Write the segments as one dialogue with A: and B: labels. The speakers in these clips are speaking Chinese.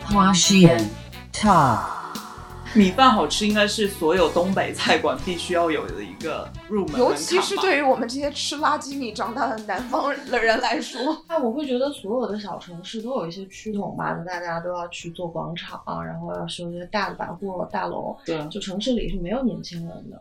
A: 花县差。
B: 米饭好吃，应该是所有东北菜馆必须要有的一个入门，
C: 尤其是对于我们这些吃垃圾米长大的南方人来说，
D: 哎，我会觉得所有的小城市都有一些趋同吧，就大家都要去做广场、啊，然后要修一些大的百货大楼。
B: 对
D: 就城市里是没有年轻人的。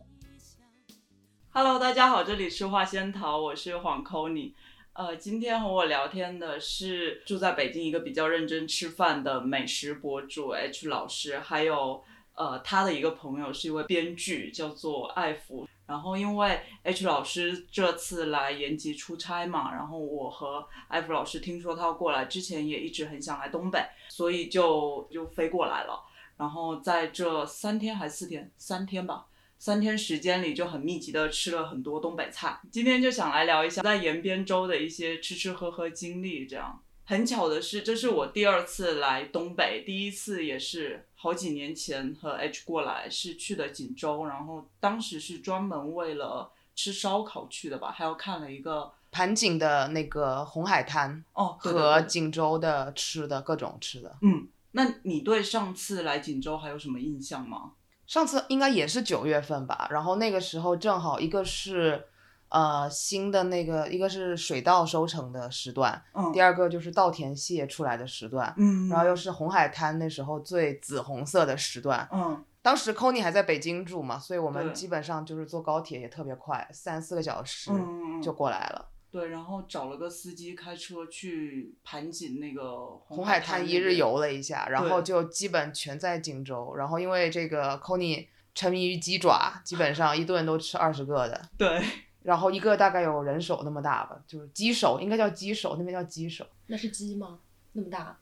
B: Hello，大家好，这里是花仙桃，我是黄 c o n y 呃，今天和我聊天的是住在北京一个比较认真吃饭的美食博主 H 老师，还有呃他的一个朋友是一位编剧，叫做艾福。然后因为 H 老师这次来延吉出差嘛，然后我和艾福老师听说他要过来，之前也一直很想来东北，所以就就飞过来了。然后在这三天还是四天，三天吧，三天时间里就很密集的吃了很多东北菜。今天就想来聊一下在延边州的一些吃吃喝喝经历。这样很巧的是，这是我第二次来东北，第一次也是好几年前和 H 过来，是去的锦州，然后当时是专门为了吃烧烤去的吧，还有看了一个
E: 盘锦的那个红海滩
B: 哦对对对
E: 和锦州的吃的各种吃的。
B: 嗯，那你对上次来锦州还有什么印象吗？
E: 上次应该也是九月份吧，然后那个时候正好一个是呃新的那个，一个是水稻收成的时段，
B: 嗯，
E: 第二个就是稻田蟹出来的时段，
B: 嗯，
E: 然后又是红海滩那时候最紫红色的时段。
B: 嗯，
E: 当时 Kony 还在北京住嘛，所以我们
B: 对
E: 基本上就是坐高铁也特别快，三四个小时
B: 嗯嗯嗯
E: 就过来了。
B: 对，然后找了个司机开车去盘锦那个
E: 红
B: 红
E: 海
B: 滩
E: 滩
B: 那
E: 一日
B: 边，
E: 游了一下，然后
B: 对
E: 就基本全在锦州。然后因为这个 Kony 沉迷于鸡爪，基本上一顿都吃二十个的，
B: 对，
E: 然后一个大概有人手那么大吧，就是鸡手，应该叫鸡手，那边叫鸡手。
D: 那是鸡吗？那么大？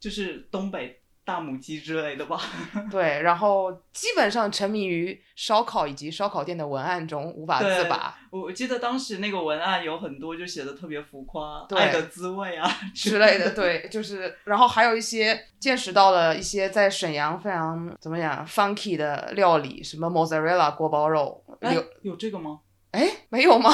B: 就是东北大母鸡之类的吧。
E: 对，然后基本上沉迷于烧烤以及烧烤店的文案中无法自
B: 对
E: 拔
B: 我我记得当时那个文案有很多就写的特别浮夸，
E: 对
B: 爱的滋味啊
E: 之类的。。对，就是，然后还有一些见识到了一些在沈阳非常怎么讲 funky 的料理，什么 mozzarella 锅包肉，
B: 哎
E: 有，
B: 有这个吗？
E: 哎没有吗？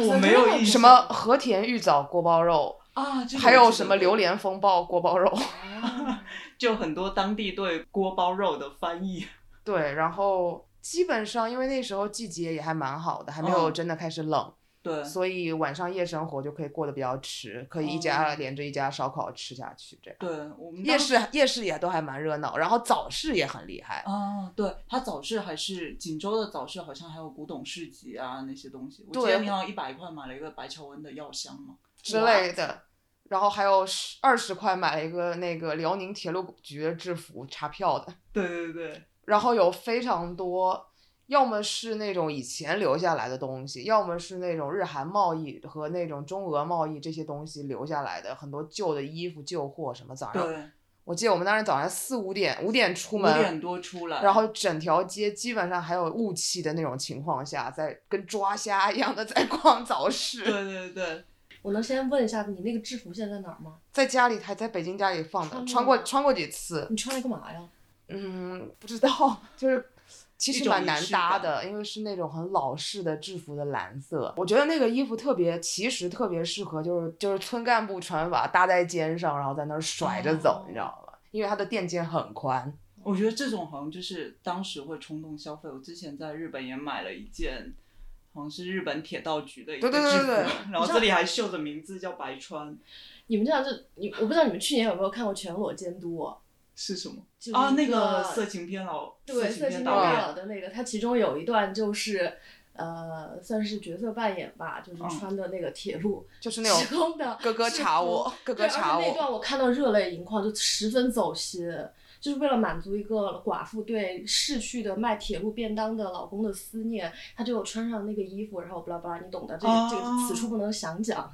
B: 我没有印象。
E: 什么和田玉藻锅包肉，
B: 啊？这个
E: 还
B: 我
E: 有
B: 记
E: 什
B: 得
E: 么
B: 对
E: 榴？莲风暴锅包肉，
D: 啊
B: 就很多当地对锅包肉的翻译。
E: 对，然后基本上因为那时候季节也还蛮好的，还没有
B: 嗯
E: 真的开始冷，
B: 对，
E: 所以晚上夜生活就可以过得比较迟，可以一
B: 哦
E: 家连着一家烧烤吃下去，这样。
B: 对我们
E: 夜
B: 当
E: 市夜市也都还蛮热闹，然后早市也很厉害，
B: 啊，对，它早市还是锦州的早市，好像还有古董市集啊那些东西。我记
E: 对
B: 得你好像一百块买了一个白求恩的药箱嘛。
E: 之类的。然后还有十二十块买了一个那个辽宁铁路局的制服查票的，
B: 对对对，
E: 然后有非常多，要么是那种以前留下来的东西，要么是那种日韩贸易和那种中俄贸易这些东西留下来的很多旧的衣服、旧货什么早上，
B: 对，
E: 我记得我们当时早上四五点五点出
B: 五
E: 门，
B: 点多出来，
E: 然后整条街基本上还有雾气的那种情况下，在跟抓瞎一样的 在逛早
B: 对
E: 市，
B: 对对，
D: 我能先问一下你那个制服现在在哪儿吗？
E: 在家里还在北京家里放的，
D: 穿
E: 穿过
D: 过吗
E: 穿过几次，
D: 你穿来干嘛呀？
E: 嗯，不知道，就是其
B: 一
E: 实
B: 种
E: 蛮
B: 仪
E: 难
B: 式
E: 搭
B: 感
E: 的，因为是那种很老式的制服的蓝色。我觉得那个衣服特别，其实特别适合，就是就是村干部穿法，搭在肩上，然后在那儿甩着走，你知道吗？因为它的垫肩很宽。
B: 我觉得这种好像就是当时会冲动消费。我之前在日本也买了一件，好像是日本铁道局的一个
E: 对对对
B: 制服，
E: 对
B: 然后这里还绣着名字叫白川，
D: 你们这样就你，我不知道你们去年有没有看过《全裸监督》
B: 是什么？
D: 就是
B: 啊，那
D: 一个
B: 色情片老
D: 对
B: 色情
D: 色情
B: 片
D: 片
B: 导
E: 片
B: 演，
D: 老的那个，他其中有一段就是。呃，算是角色扮演吧，就是
B: 嗯
D: 穿的那个铁路
E: 就是那
D: 职
E: 种
D: 工的
E: 哥哥
D: 制
E: 查
D: 服
E: 我，哥
D: 对，
E: 哥
D: 而且
E: 查
D: 那
E: 我，
D: 段我看到热泪盈眶，就十分走心，就是为了满足一个寡妇对逝去的卖铁路便当的老公的思念，她就穿上那个衣服，然后巴拉巴拉，你懂的，这个、这个
B: 哦
D: 此处不能详讲。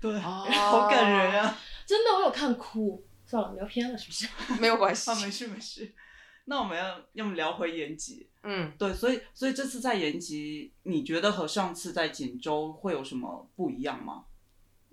B: 对，好
E: 好
B: 感人啊呀、
D: 真的，我有看哭。算了，聊偏了是不是？
E: 没有关 系
B: 啊！，没事没事，那我们要要么聊回延吉。
E: 嗯。
B: 对，所以所以这次在延吉，你觉得和上次在锦州会有什么不一样吗？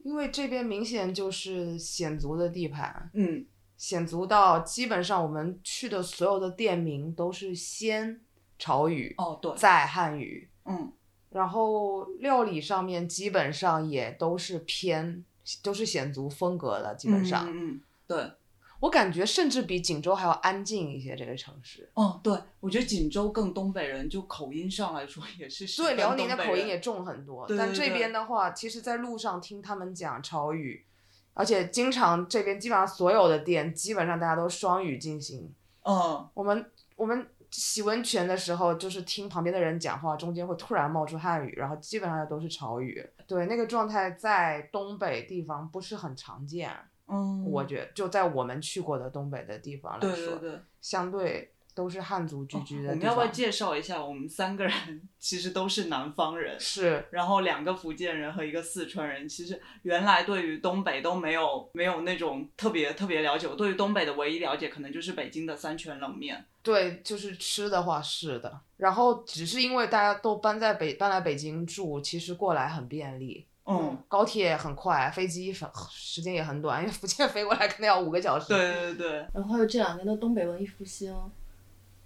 E: 因为这边明显就是显族的地盘，
B: 嗯，
E: 显族到基本上我们去的所有的店名都是先潮语，
B: 哦对，
E: 再汉语，
B: 嗯
E: 然后料理上面基本上也都是偏都是显族风格的，基本上。
B: 嗯嗯嗯，对，
E: 我感觉甚至比锦州还要安静一些。这个城市，
B: 哦，对，我觉得锦州更东北人，就口音上来说也是十
E: 对
B: 分
E: 辽宁
B: 东
E: 的
B: 北
E: 口音
B: 人
E: 也重很多。
B: 对
E: 但
B: 对
E: 这
B: 对
E: 边的话，其实，在路上听他们讲潮语，而且经常这边基本上所有的店，基本上大家都双语进行。
B: 嗯，
E: 我们我们洗温泉的时候，就是听旁边的人讲话，中间会突然冒出汉语，然后基本上都是潮语。对，那个状态在东北地方不是很常见，
B: 嗯，
E: 我觉就在我们去过的东北的地方来
B: 对
E: 说，
B: 对对，
E: 相对都是汉族居居
B: 哦
E: 的地方。
B: 我们要不要介绍一下？我们三个人 其实都是南方人，
E: 是
B: 然后两个福建人和一个四川人。其实原来对于东北都没有没有那种特别特别了解，我对于东北的唯一了解可能就是北京的三全冷面。
E: 对，就是吃的话是的，然后只是因为大家都搬在北搬来北京住，其实过来很便利，
B: 嗯，
E: 高铁很快，飞机很时间也很短，因为福建飞过来可能要五个小时。
B: 对对对对，
D: 然后还有这两年的东北文艺复兴，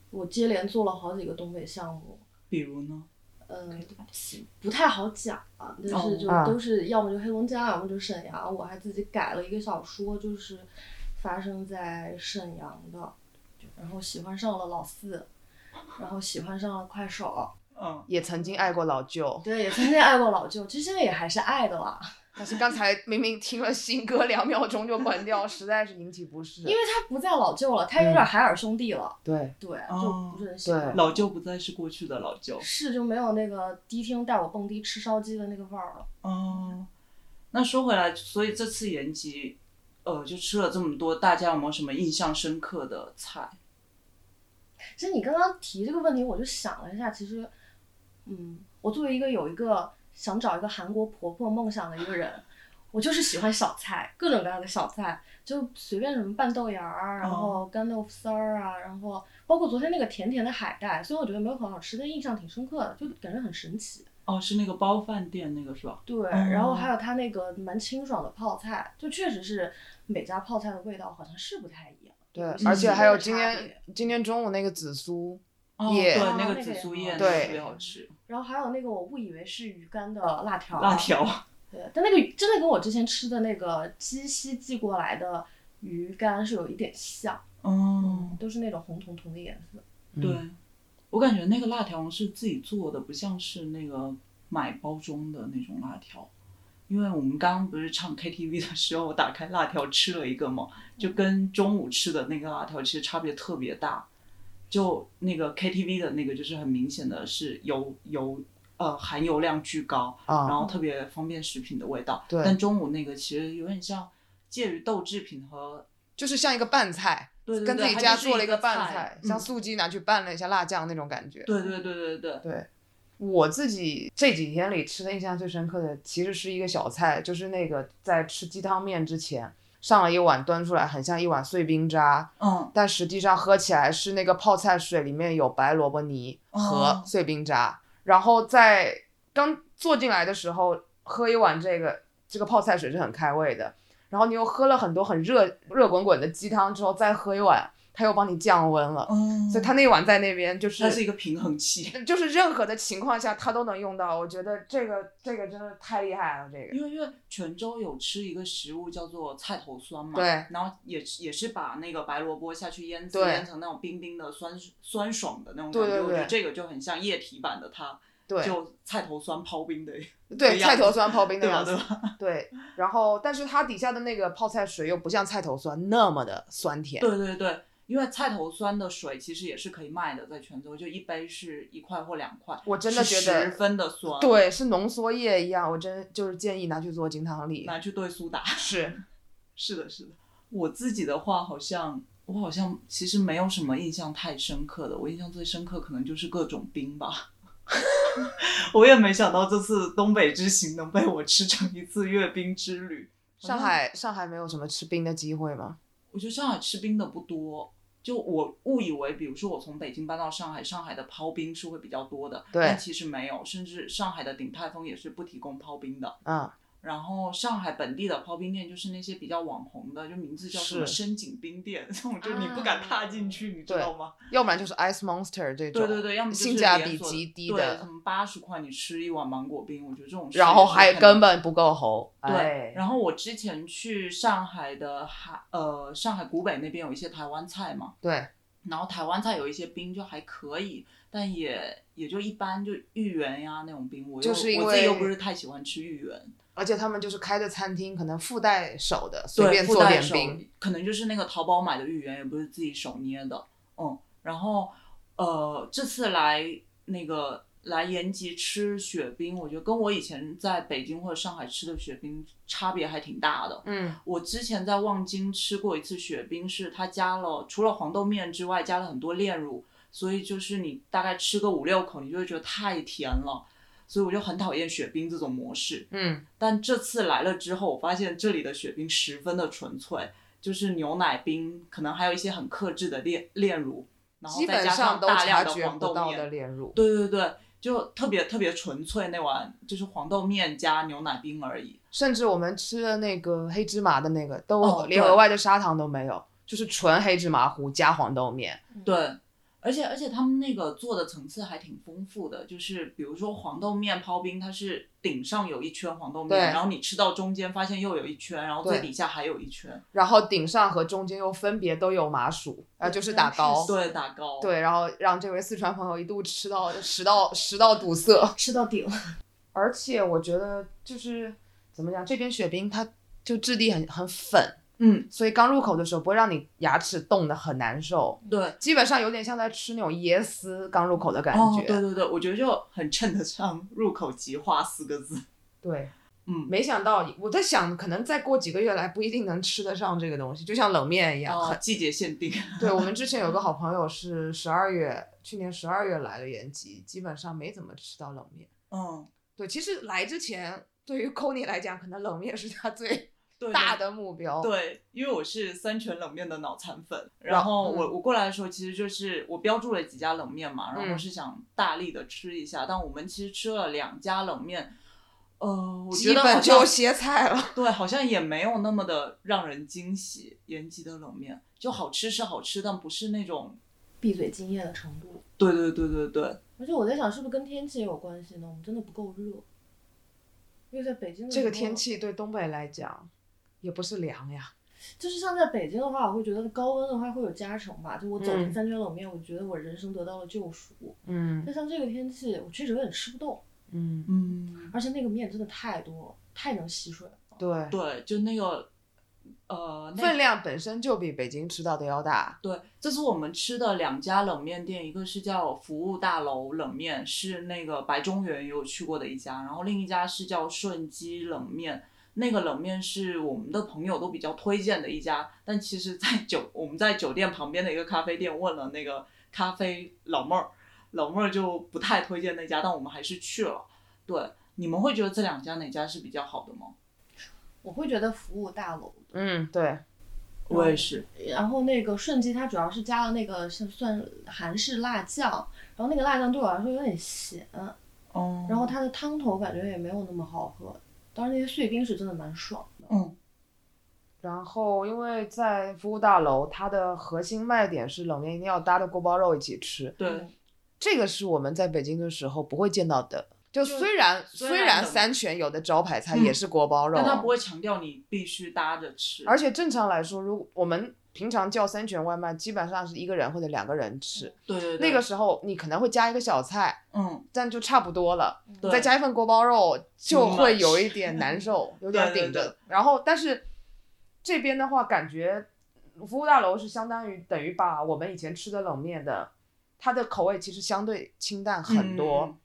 D: 我接连做了好几个东北项目，
B: 比如呢？
D: 嗯，不太好讲啊，但
B: 哦
D: 是就
E: 啊
D: 都是要么就黑龙江，要么就沈阳。我还自己改了一个小说，就是发生在沈阳的，然后喜欢上了老四，然后喜欢上了快手，
B: 嗯，
E: 也曾经爱过老舅，
D: 对，也曾经爱过老舅，其实现在也还是爱的啦，
E: 但是刚才明明听了新歌两秒钟就关掉， 实在是引起不适。
D: 因为他不在老舅了，他有点海尔兄弟了，
E: 对，
D: 对，
B: 哦
D: 就不是很喜欢。
E: 对
B: 老舅不再是过去的老舅。
D: 是就没有那个迪厅带我蹦迪吃烧鸡的那个味儿了。
B: 哦，那说回来，所以这次延吉，呃，就吃了这么多，大家有没有什么印象深刻的菜？
D: 其实你刚刚提这个问题，我就想了一下，其实，嗯，我作为一个有一个想找一个韩国婆婆梦想的一个人，我就是喜欢小菜，各种各样的小菜，就随便什么拌豆芽儿，啊然后干豆腐丝儿啊，然后包括昨天那个甜甜的海带，虽然我觉得没有很好吃，但印象挺深刻的，就感觉很神奇。
B: 哦，是那个包饭店那个是吧？
D: 对，哦然后还有它那个蛮清爽的泡菜，就确实是每家泡菜的味道好像是不太一样。
E: 对
D: 有一，些
E: 而
D: 细
E: 且
D: 微
E: 还有
D: 的
E: 今
D: 差
E: 天
D: 别
E: 今天中午那个紫苏，
B: 哦，
E: 叶
B: 对，
D: 哦
B: 那
D: 那
B: 个
D: 个
B: 紫
D: 也
B: 苏
D: 很
B: 叶
D: 好
B: 那个
E: 吃
B: 特别好吃，
D: 然后还有那个我误以为是鱼干的辣条，
B: 辣条。
D: 对，但那个真的跟我之前吃的那个鸡西寄过来的鱼干是有一点像，
B: 哦，
D: 都是那种红彤彤的颜色。
E: 嗯
B: 对，我感觉那个辣条是自己做的，不像是那个买包装的那种辣条。因为我们刚刚不是唱 KTV 的时候，我打开辣条吃了一个嘛，
E: 嗯
B: 就跟中午吃的那个辣条其实差别特别大。就那个 KTV 的那个，就是很明显的是油油呃含油量巨高，
E: 啊
B: 然后特别方便食品的味道。
E: 对
B: 但中午那个其实有点像介于豆制品和
E: 就是像一个拌菜，
B: 对对
E: 跟
B: 对
E: 自己
B: 它
E: 家
B: 就是
E: 做
B: 一
E: 了
B: 个
E: 拌
B: 菜
E: 菜，
B: 嗯
E: 像素鸡拿去拌了一下辣酱那种感觉。
B: 对对对对对，
E: 对，我自己这几天里吃的印象最深刻的，其实是一个小菜，就是那个在吃鸡汤面之前上了一碗端出来，很像一碗碎冰渣，
B: 嗯
E: 但实际上喝起来是那个泡菜水里面有白萝卜泥和
B: 哦
E: 碎冰渣。然后在刚坐进来的时候，喝一碗这个这个泡菜水是很开胃的。然后你又喝了很多很热热滚滚的鸡汤之后，再喝一碗，它又帮你降温了。
B: 嗯，
E: 所以它那碗在那边就是
B: 它是一个平衡 器。
E: 就是任何的情况下他都能用到，我觉得这个这个真的太厉害了，这个
B: 因为因为泉州有吃一个食物叫做菜头酸嘛，
E: 对，
B: 然后也是也是把那个白萝卜下去腌制，
E: 对
B: 腌成那种冰冰的酸酸爽的那种感觉。
E: 对对
B: 我觉得
E: 对
B: 这个就很像液体版的它，
E: 对
B: 就菜头酸泡冰的，
E: 对
B: 一样
E: 菜头酸泡冰的
B: 对吧？
E: 样
B: 对
E: 子，
B: 吧？
E: 对，然后但是它底下的那个泡菜水又不像菜头酸那么的酸 甜，
B: 对对对，因为菜头酸的水其实也是可以卖的，在泉州就一杯是一块或两块，
E: 我真的觉
B: 十
E: 得
B: 分的酸，，
E: 对是浓缩液一样，我真就是建议拿去做金汤力，
B: 拿去兑苏打。
E: 是
B: 是的，是的。我自己的话，好像我好像其实没有什么印象太深刻的，我印象最深刻可能就是各种冰吧。 我也没想到这次东北之行能被我吃成一次阅兵之旅。
E: 上海上海没有什么吃冰的机会吗？
B: 我觉得上海吃冰的不多，就我误以为，比如说我从北京搬到上海，上海的刨冰是会比较多的，
E: 对
B: 但其实没有，甚至上海的鼎泰丰也是不提供刨冰的。
E: 嗯，
B: 然后上海本地的刨冰店就是那些比较网红的，就名字叫什么
E: 是啊
B: 深井冰店， 这种就你不敢踏进去，你知
E: 对
B: 道吗？
E: 要不然就是 Ice Monster 这种，
B: 对对对，要么就是
E: 性价
B: 连
E: 比
B: 锁
E: 极低
B: 对，什
E: 的，
B: 么八十块你吃一碗芒果冰，我觉得这种事
E: 然后
B: 也是
E: 还
B: 很
E: 根本不够喉。
B: 对
E: 哎，
B: 然后我之前去上海的海呃上海古北那边有一些台湾菜嘛，
E: 对，
B: 然后台湾菜有一些冰就还可以，但也也就一般，就芋圆呀那种冰，我又
E: 就是因
B: 我自己又
E: 为
B: 不是太喜欢吃芋圆，
E: 而且他们就是开的餐厅，可能附带手的，随
B: 对，
E: 便
B: 附
E: 做
B: 带
E: 点
B: 手
E: 冰。
B: 可能就是那个淘宝买的芋圆，也不是自己手捏的，嗯，然后呃这次来那个来延吉吃雪冰，我觉得跟我以前在北京或者上海吃的雪冰差别还挺大的，
E: 嗯，
B: 我之前在望京吃过一次雪冰，是它加了除了黄豆面之外，加了很多炼乳，所以就是你大概吃个五六口，你就会觉得太甜了，所以我就很讨厌雪冰这种模式。
E: 嗯，
B: 但这次来了之后，我发现这里的雪冰十分的纯粹，就是牛奶冰，可能还有一些很克制的炼炼乳，然后
E: 基
B: 再
E: 本
B: 加上
E: 上都
B: 大量
E: 察
B: 的
E: 觉
B: 黄
E: 不
B: 豆
E: 到
B: 面
E: 的炼乳。
B: 对对对，就特别特别纯粹那碗，就是黄豆面加牛奶冰而已。
E: 甚至我们吃的那个黑芝麻的那个，都、
B: 哦
E: 连
B: 对
E: 额外的砂糖都没有，就是纯黑芝麻糊加黄豆面。
B: 对，而且而且他们那个做的层次还挺丰富的，就是比如说黄豆面刨冰，它是顶上有一圈黄豆面，
E: 对
B: 然后你吃到中间发现又有一圈，然后最
E: 对
B: 底下还有一圈，
E: 然后顶上和中间又分别都有麻薯，啊，
D: 对
E: 就是打糕，
D: 真是
B: 对，打糕，，
E: 对，然后让这位四川朋友一度吃到食道食道堵塞。
D: 吃到顶。
E: 而且我觉得就是怎么讲，这边雪冰它就质地很很粉，
B: 嗯，
E: 所以刚入口的时候不会让你牙齿冻得很难受，
B: 对。
E: 基本上有点像在吃那种椰丝刚入口的感觉。
B: 哦，对对对，我觉得就很称得上“入口即化”四个字。
E: 对
B: 嗯，
E: 没想到我在想，可能再过几个月来不一定能吃得上这个东西，就像冷面一样。
B: 哦
E: 很，
B: 季节限定。
E: 对我们之前有个好朋友是十二月，去年十二月来的延吉，基本上没怎么吃到冷面。
B: 嗯，
E: 对，其实来之前，对于 Kony 来讲，可能冷面是他最
B: 对，
E: 大
B: 对
E: 的目标。
B: 对，因为我是三全冷面的脑残粉，然
E: 然
B: 后
E: 后
B: 我、
E: 嗯
B: 我过来的时候，其实就是我标注了几家冷面嘛，然后
E: 嗯
B: 是想大力的吃一下，但我们其实吃了两家冷面，呃，我觉
E: 基
B: 得好
E: 本就
B: 像
E: 歇菜 了。
B: 对，好像也没有那么的让人惊喜。延吉的冷面就好吃是好吃，但不是那种
D: 闭嘴惊艳的程度。
B: 对对对对对，
D: 而且我在想，是不是跟天气也有关系呢？我们真的不够热，因为在北京的
E: 这
B: 嗯
E: 个
D: 时候
E: 天，气对东北来讲，也不是凉呀。
D: 就是像在北京的话，我会觉得高温的话会有加成吧。就我走进
E: 嗯
D: 三圈冷面，我觉得我人生得到了救赎。
E: 嗯
D: 但像这个天气，我确实有点吃不动，
E: 嗯，
B: 嗯，
D: 而且那个面真的太多，太能吸水了。
E: 对，
B: 对，就那个呃，那个
E: 分量本身就比北京吃到的要大。
B: 对，这是我们吃的两家冷面店，一个是叫服务大楼冷面，是那个白中原也有去过的一家，然后另一家是叫顺基冷面。那个冷面是我们的朋友都比较推荐的一家，但其实，在酒我们在酒店旁边的一个咖啡店问了那个咖啡老妹儿，老妹儿就不太推荐那家，但我们还是去了。对，你们会觉得这两家哪家是比较好的吗？
D: 我会觉得服务大楼，
E: 嗯，对，
B: 我也是，
D: 然后那个顺记它主要是加了那个是算韩式辣酱，然后那个辣酱对我来说有点咸，
B: 哦
D: 然后它的汤头感觉也没有那么好喝，当然那些碎冰是真的蛮爽的。
B: 嗯
E: 然后，因为在服务大楼，它的核心卖点是冷面一定要搭着锅包肉一起吃，
B: 对，
E: 这个是我们在北京的时候不会见到的。就虽然
B: 虽
E: 虽
B: 然
E: 然
B: 冷
E: 三全有的招牌菜
B: 嗯
E: 也是锅包肉，啊
B: 但他不会强调你必须搭着吃，
E: 而且正常来说，如果我们平常叫三全外卖，基本上是一个人或者两个人吃。
B: 对嗯对对，
E: 那个时候你可能会加一个小菜，
B: 嗯，
E: 但就差不多了。
B: 对，
E: 再加一份锅包肉，就
B: Too
E: 会
B: much
E: 有一点难 受，有点
B: 对对
E: 顶着。
B: 对
E: 然后，但是这边的话，感觉呃服务大楼是相当于等于把我们以前吃的冷面的，它的口味其实相对清淡很多。
B: 嗯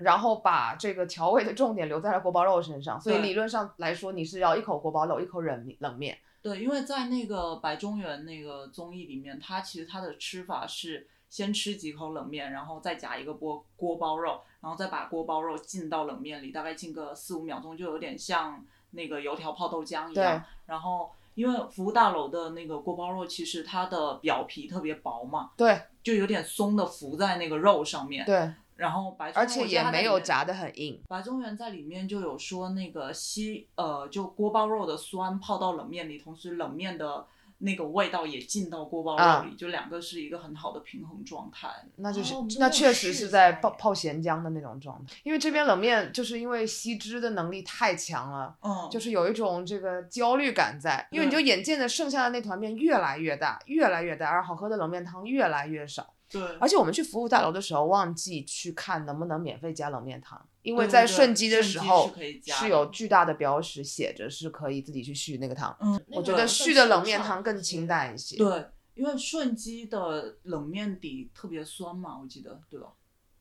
E: 然后把这个调味的重点留在了锅包肉身上，所以
B: 对
E: 理论上来说，你是要一口锅包肉，一口冷面冷面。
B: 对，因为在那个白中原那个综艺里面，他其实他的吃法是先吃几口冷面，然后再夹一个锅锅包肉，然后再把锅包肉浸到冷面里，大概浸个四五秒钟，就有点像那个油条泡豆浆一样
E: 对。
B: 然后，因为服务大楼的那个锅包肉，其实它的表皮特别薄嘛，
E: 对
B: 就有点松的浮在那个肉上面。
E: 对，
B: 然后白
E: 而且也没有炸
B: 炸。
E: 得很硬。
B: 白中原在里面就有说那个西呃，就锅包肉的酸泡到冷面里，同时冷面的那个味道也进到锅包
E: 啊
B: 肉里，就两个是一个很好的平衡状态。
E: 那就是、
D: 哦我们
E: 那
D: 没有
E: 确实
D: 试
E: 是
D: 一
E: 在
D: 下
E: 泡
D: 耶
E: 泡咸姜的那种状态，因为这边冷面就是因为吸汁的能力太强了，
B: 嗯，
E: 就是有一种这个焦虑感在，因为你就眼见着剩下的那团面越来越大，越来越大，而好喝的冷面汤越来越少。
B: 对，
E: 而且我们去服务大楼的时候，忘记去看能不能免费加冷面汤，因为
B: 对
E: 在
B: 对对
E: 瞬机的
B: 瞬
E: 时
B: 机
E: 候
B: 是可以加
E: 是
B: 的
E: 有巨大的标识写着是可以自己去续那个汤。
B: 嗯，
D: 那
E: 我
D: 个
E: 觉
B: 对
E: 得
D: 更
E: 续的冷
D: 清
E: 面
D: 爽
E: 汤更
D: 一
E: 清
D: 些
E: 淡一些。
B: 对，因为顺基的冷面底特别酸嘛，我记得对吧？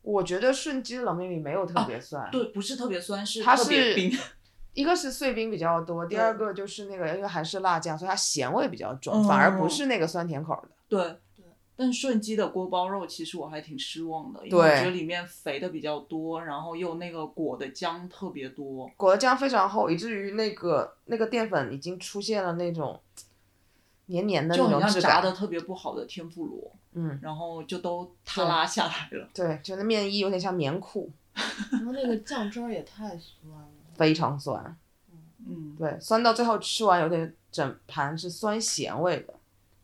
E: 我觉得顺基的冷面里没有特别酸。
B: 啊对，不是特别酸，是
E: 它
B: 特别
E: 是
B: 冰。
E: 一个是碎冰比较多，第
B: 对
E: 二个就是那个因为韩式辣酱，所以它咸味比较重，
B: 嗯
E: 反而不是那个酸甜口的。
B: 对
D: 对。
B: 但顺基的锅包肉其实我还挺失望的，因为
E: 对
B: 我觉得里面肥的比较多，然后又那个裹的姜特别多。
E: 裹的酱非常厚，以至于那个那个淀粉已经出现了那种黏黏的
B: 就
E: 那
B: 很
E: 种
B: 像
E: 质
B: 炸
E: 感。
B: 的特别不好的天妇罗，
E: 嗯，
B: 然后就都塌拉下来了。
E: 对，就那面衣有点像棉裤，
D: 然后那个酱汁儿也太酸了。
E: 非常酸。
B: 嗯，
E: 对，酸到最后吃完有点整盘是酸咸味的，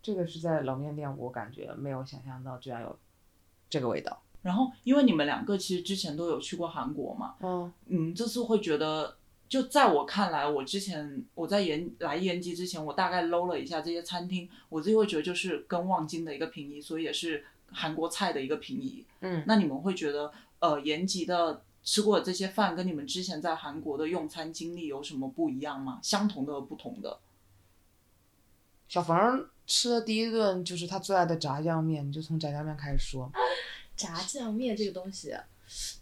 E: 这个是在冷面店我感觉没有想象到居然有这个味道。
B: 然后因为你们两个其实之前都有去过韩国嘛，
E: 嗯，
B: 嗯，这次会觉得，就在我看来，我之前我在延来延吉之前，我大概搂了一下这些餐厅，我自己会觉得就是跟望京的一个平移，所以也是韩国菜的一个平移。
E: 嗯
B: 那你们会觉得，呃，延吉的吃过的这些饭跟你们之前在韩国的用餐经历有什么不一样吗？相同的和不同的？
E: 小冯儿吃的第一顿就是他最爱的炸酱面，你就从炸酱面开始说。
D: 炸酱面这个东西，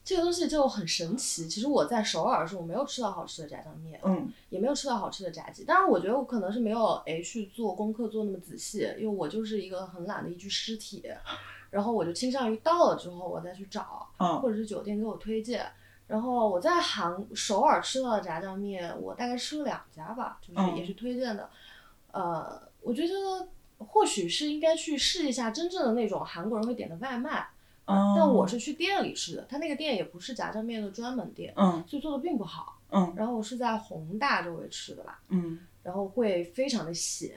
D: 这个东西就很神奇。其实我在首尔的时候，我没有吃到好吃的炸酱面，
B: 嗯
D: 也没有吃到好吃的炸鸡。当然，我觉得我可能是没有 H 做功课做那么仔细，因为我就是一个很懒的一具尸体。然后我就倾向于到了之后我再去找，
B: 嗯
D: 或者是酒店给我推荐。然后我在韩首尔吃到的炸酱面，我大概吃了两家吧，就是
B: 嗯
D: 也是推荐的。呃，我觉得或许是应该去试一下真正的那种韩国人会点的外卖。
B: 嗯，
D: 但我是去店里吃的，他那个店也不是炸酱面的专门店，
B: 嗯
D: 所以做的并不好。
B: 嗯
D: 然后我是在宏大周围吃的吧，
B: 嗯，
D: 然后会非常的咸，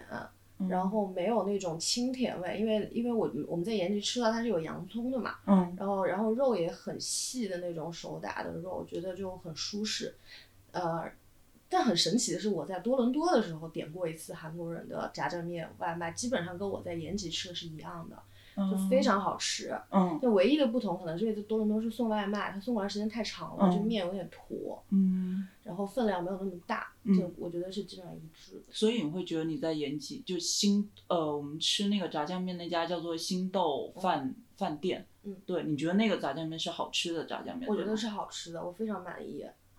B: 嗯
D: 然后没有那种清甜味，因为因为我我们在延吉吃到它是有洋葱的嘛，
B: 嗯
D: 然后然后肉也很细的那种手打的肉，我觉得就很舒适，呃。但很神奇的是，我在多伦多的时候点过一次韩国人的炸酱面外卖，基本上跟我在延吉吃的是一样的，就非常好吃。
B: 嗯
D: 就唯一的不同，可能是因为多伦多是送外卖，它送过来时间太长了，
B: 嗯
D: 这面有点坨，
B: 嗯，
D: 然后分量没有那么大，
B: 嗯
D: 就我觉得是基本上一致的。
B: 所以你会觉得你在延吉就新呃，我们吃那个炸酱面那家叫做新豆饭、饭店，
D: 嗯，
B: 对，你觉得那个炸酱面是好吃的炸酱面？
D: 我觉
B: 对
D: 得
B: 吗，
D: 是好吃的，我非常满意。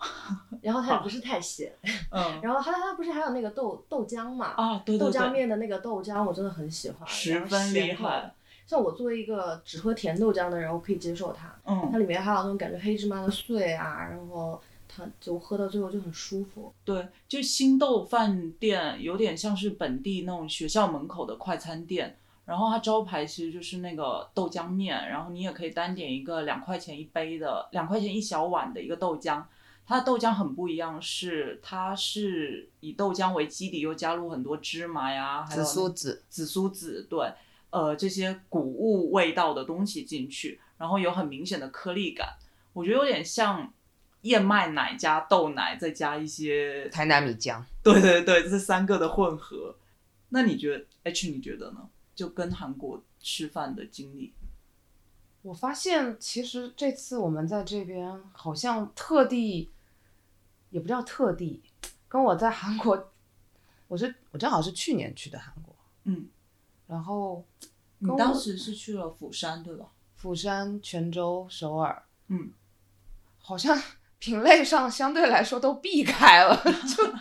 D: 然后它也不是太咸，
B: 嗯
D: 然后它它不是还有那个豆豆浆嘛？
B: 啊，对对
D: 豆浆
B: 对，
D: 面的那个豆浆我真的很喜欢，
B: 十
D: 然后
B: 分厉
D: 咸口的
B: 害。
D: 像我作为一个只喝甜豆浆的人，我可以接受它。它
B: 嗯，
D: 里面还有那种感觉黑芝麻的碎啊，然后它就喝到最后就很舒服。
B: 对，就新豆饭店有点像是本地那种学校门口的快餐店。然后它招牌其实就是那个豆浆面，然后你也可以单点一个两块钱一杯的，两块钱一小碗的一个豆浆。它的豆浆很不一样，是它是以豆浆为基底，又加入很多芝麻呀，还有
E: 紫
B: 那
E: 苏子，
B: 紫苏籽，对，呃，这些谷物味道的东西进去，然后有很明显的颗粒感，我觉得有点像燕麦奶加豆奶，再加一些，
E: 台南米浆。
B: 对对对，这三个的混合。那你觉得 H 你觉得呢？就跟韩国吃饭的经历，
E: 我发现其实这次我们在这边好像特地，也不叫特地，跟我在韩国，我是我正好是去年去的韩国，
B: 嗯，
E: 然后
B: 你
E: 跟我
B: 当时是去了釜山对吧？
E: 釜山、泉州、首尔，
B: 嗯，
E: 好像品类上相对来说都避开了， 就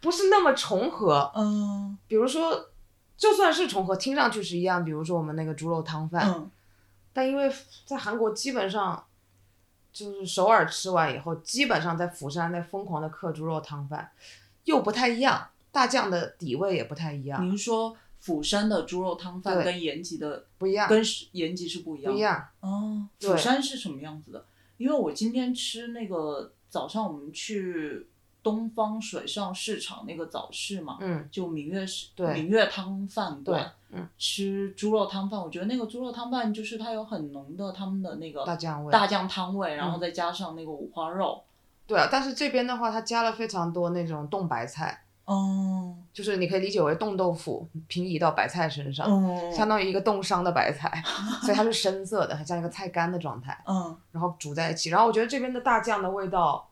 E: 不是那么重合。
B: 嗯
E: 比如说，就算是重合，听上去是一样，比如说我们那个猪肉汤饭，
B: 嗯
E: 但因为在韩国基本上就是首尔吃完以后，基本上在釜山在疯狂的刻猪肉汤饭，又不太一样，大酱的底味也不太一样。
B: 您说釜山的猪肉汤饭
E: 对
B: 跟延吉的
E: 不一样，
B: 跟延吉是不一
E: 不
B: 样
E: 一
B: 的。
E: 样。
B: 哦，
E: 对
B: 釜山是什么样子的？因为我今天吃那个早上我们去东方水上市场那个早市嘛，
E: 嗯，
B: 就明月市
E: 对
B: 明月汤饭馆，
E: 对嗯
B: 吃猪肉汤饭，我觉得那个猪肉汤饭就是它有很浓的他们的那个
E: 大酱味。嗯
B: 大酱汤味，然后再加上那个五花肉，
E: 对啊，但是这边的话，它加了非常多那种冻白菜，
B: 哦，
E: 就是你可以理解为冻豆腐平移到白菜身上，
B: 嗯
E: 相当于一个冻伤的 白菜，所以它是深色的，很像一个菜干的状态，
B: 嗯
E: 然后煮在一起。然后我觉得这边的大酱的味道，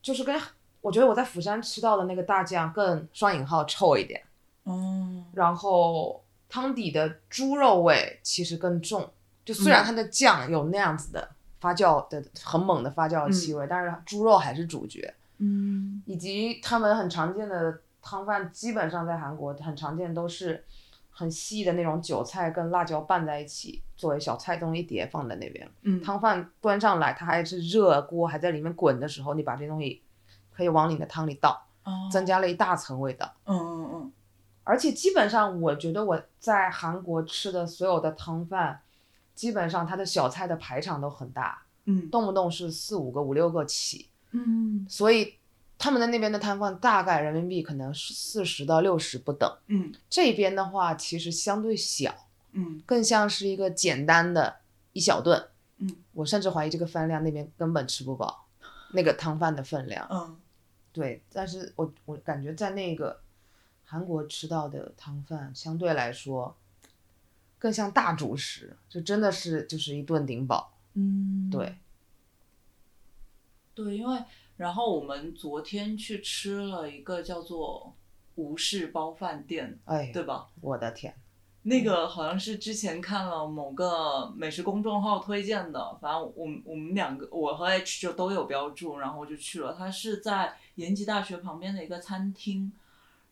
E: 就是跟我觉得我在釜山吃到的那个大酱更双引号臭一点，
B: 嗯
E: 然后汤底的猪肉味其实更重。就虽
B: 嗯
E: 然它的酱有那样子的发酵的很猛的发酵的气味，但是猪肉还是主角。
B: 嗯
E: 以及他们很常见的汤饭，基本上在韩国很常见，都是很细的那种韭菜跟辣椒拌在一起，作为小菜东一碟放在那边。
B: 嗯，
E: 汤饭端上来，它还是热锅还在里面滚的时候，你把这东西可以往你的汤里倒，
B: 哦
E: 增加了一大层味道。
B: 嗯嗯嗯
E: 而且基本上，我觉得我在韩国吃的所有的汤饭，基本上它的小菜的排场都很大，
B: 嗯
E: 动不动是四五个、五六个起。
B: 嗯
E: 所以他们的那边的摊贩大概人民币可能是四十到六十不等。
B: 嗯
E: 这边的话其实相对小，
B: 嗯
E: 更像是一个简单的一小顿。
B: 嗯，
E: 我甚至怀疑这个饭量那边根本吃不饱，那个汤饭的分量。
B: 嗯
E: 对，但是我我感觉在那个韩国吃到的汤饭相对来说。更像大主食，就真的是就是一顿顶饱。
B: 嗯，
E: 对，
B: 对，因为然后我们昨天去吃了一个叫做吴氏包饭店，
E: 哎，
B: 对吧？
E: 我的天，
B: 那个好像是之前看了某个美食公众号推荐的，反正我们我们两个我和 H 就都有标注，然后我就去了。它是在延吉大学旁边的一个餐厅，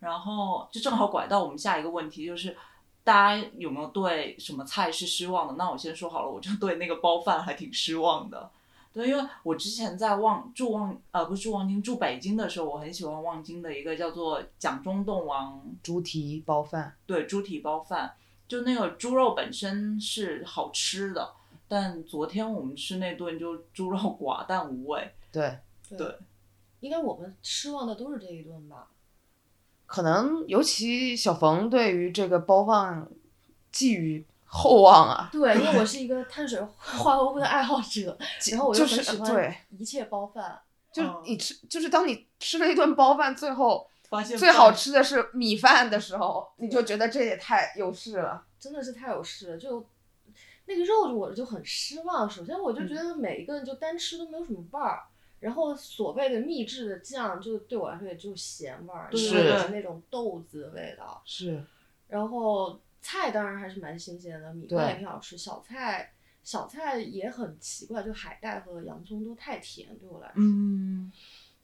B: 然后就正好拐到我们下一个问题，就是大家有没有对什么菜是失望的？那我先说好了，我就对那个包饭还挺失望的。对，因为我之前在望住望呃不是住望京住北京的时候，我很喜欢望京的一个叫做蒋中洞王
E: 猪蹄包饭，
B: 对，猪蹄包饭，就那个猪肉本身是好吃的，但昨天我们吃那顿就猪肉寡淡无味。
E: 对，
B: 对，
D: 应该我们失望的都是这一顿吧？
E: 可能尤其小冯对于这个包饭寄予厚望啊，
D: 对，因为我是一个碳水化合物的爱好者，然后我
E: 就
D: 又
E: 是
D: 很喜
E: 对
D: 欢，一切包饭。
E: 就是
B: 嗯
E: 你吃，就是当你吃了一顿包饭，最后
B: 发现
E: 最好
B: 饭
E: 吃的是米饭的时候，你就觉得这也太有势了。
D: 真的是太有事了，就那个肉我就很失望。首先我就
B: 嗯
D: 觉得每一个人就单吃都没有什么味儿，然后所谓的秘制的酱，就对我来说也就是咸味儿，
B: 对
E: 是
D: 或者是那种豆子的味道。
E: 是，
D: 然后菜当然还是蛮新鲜的，米饭
E: 对
D: 也挺好吃，小菜小菜也很奇怪，就海带和洋葱都太甜对我来说。
B: 嗯，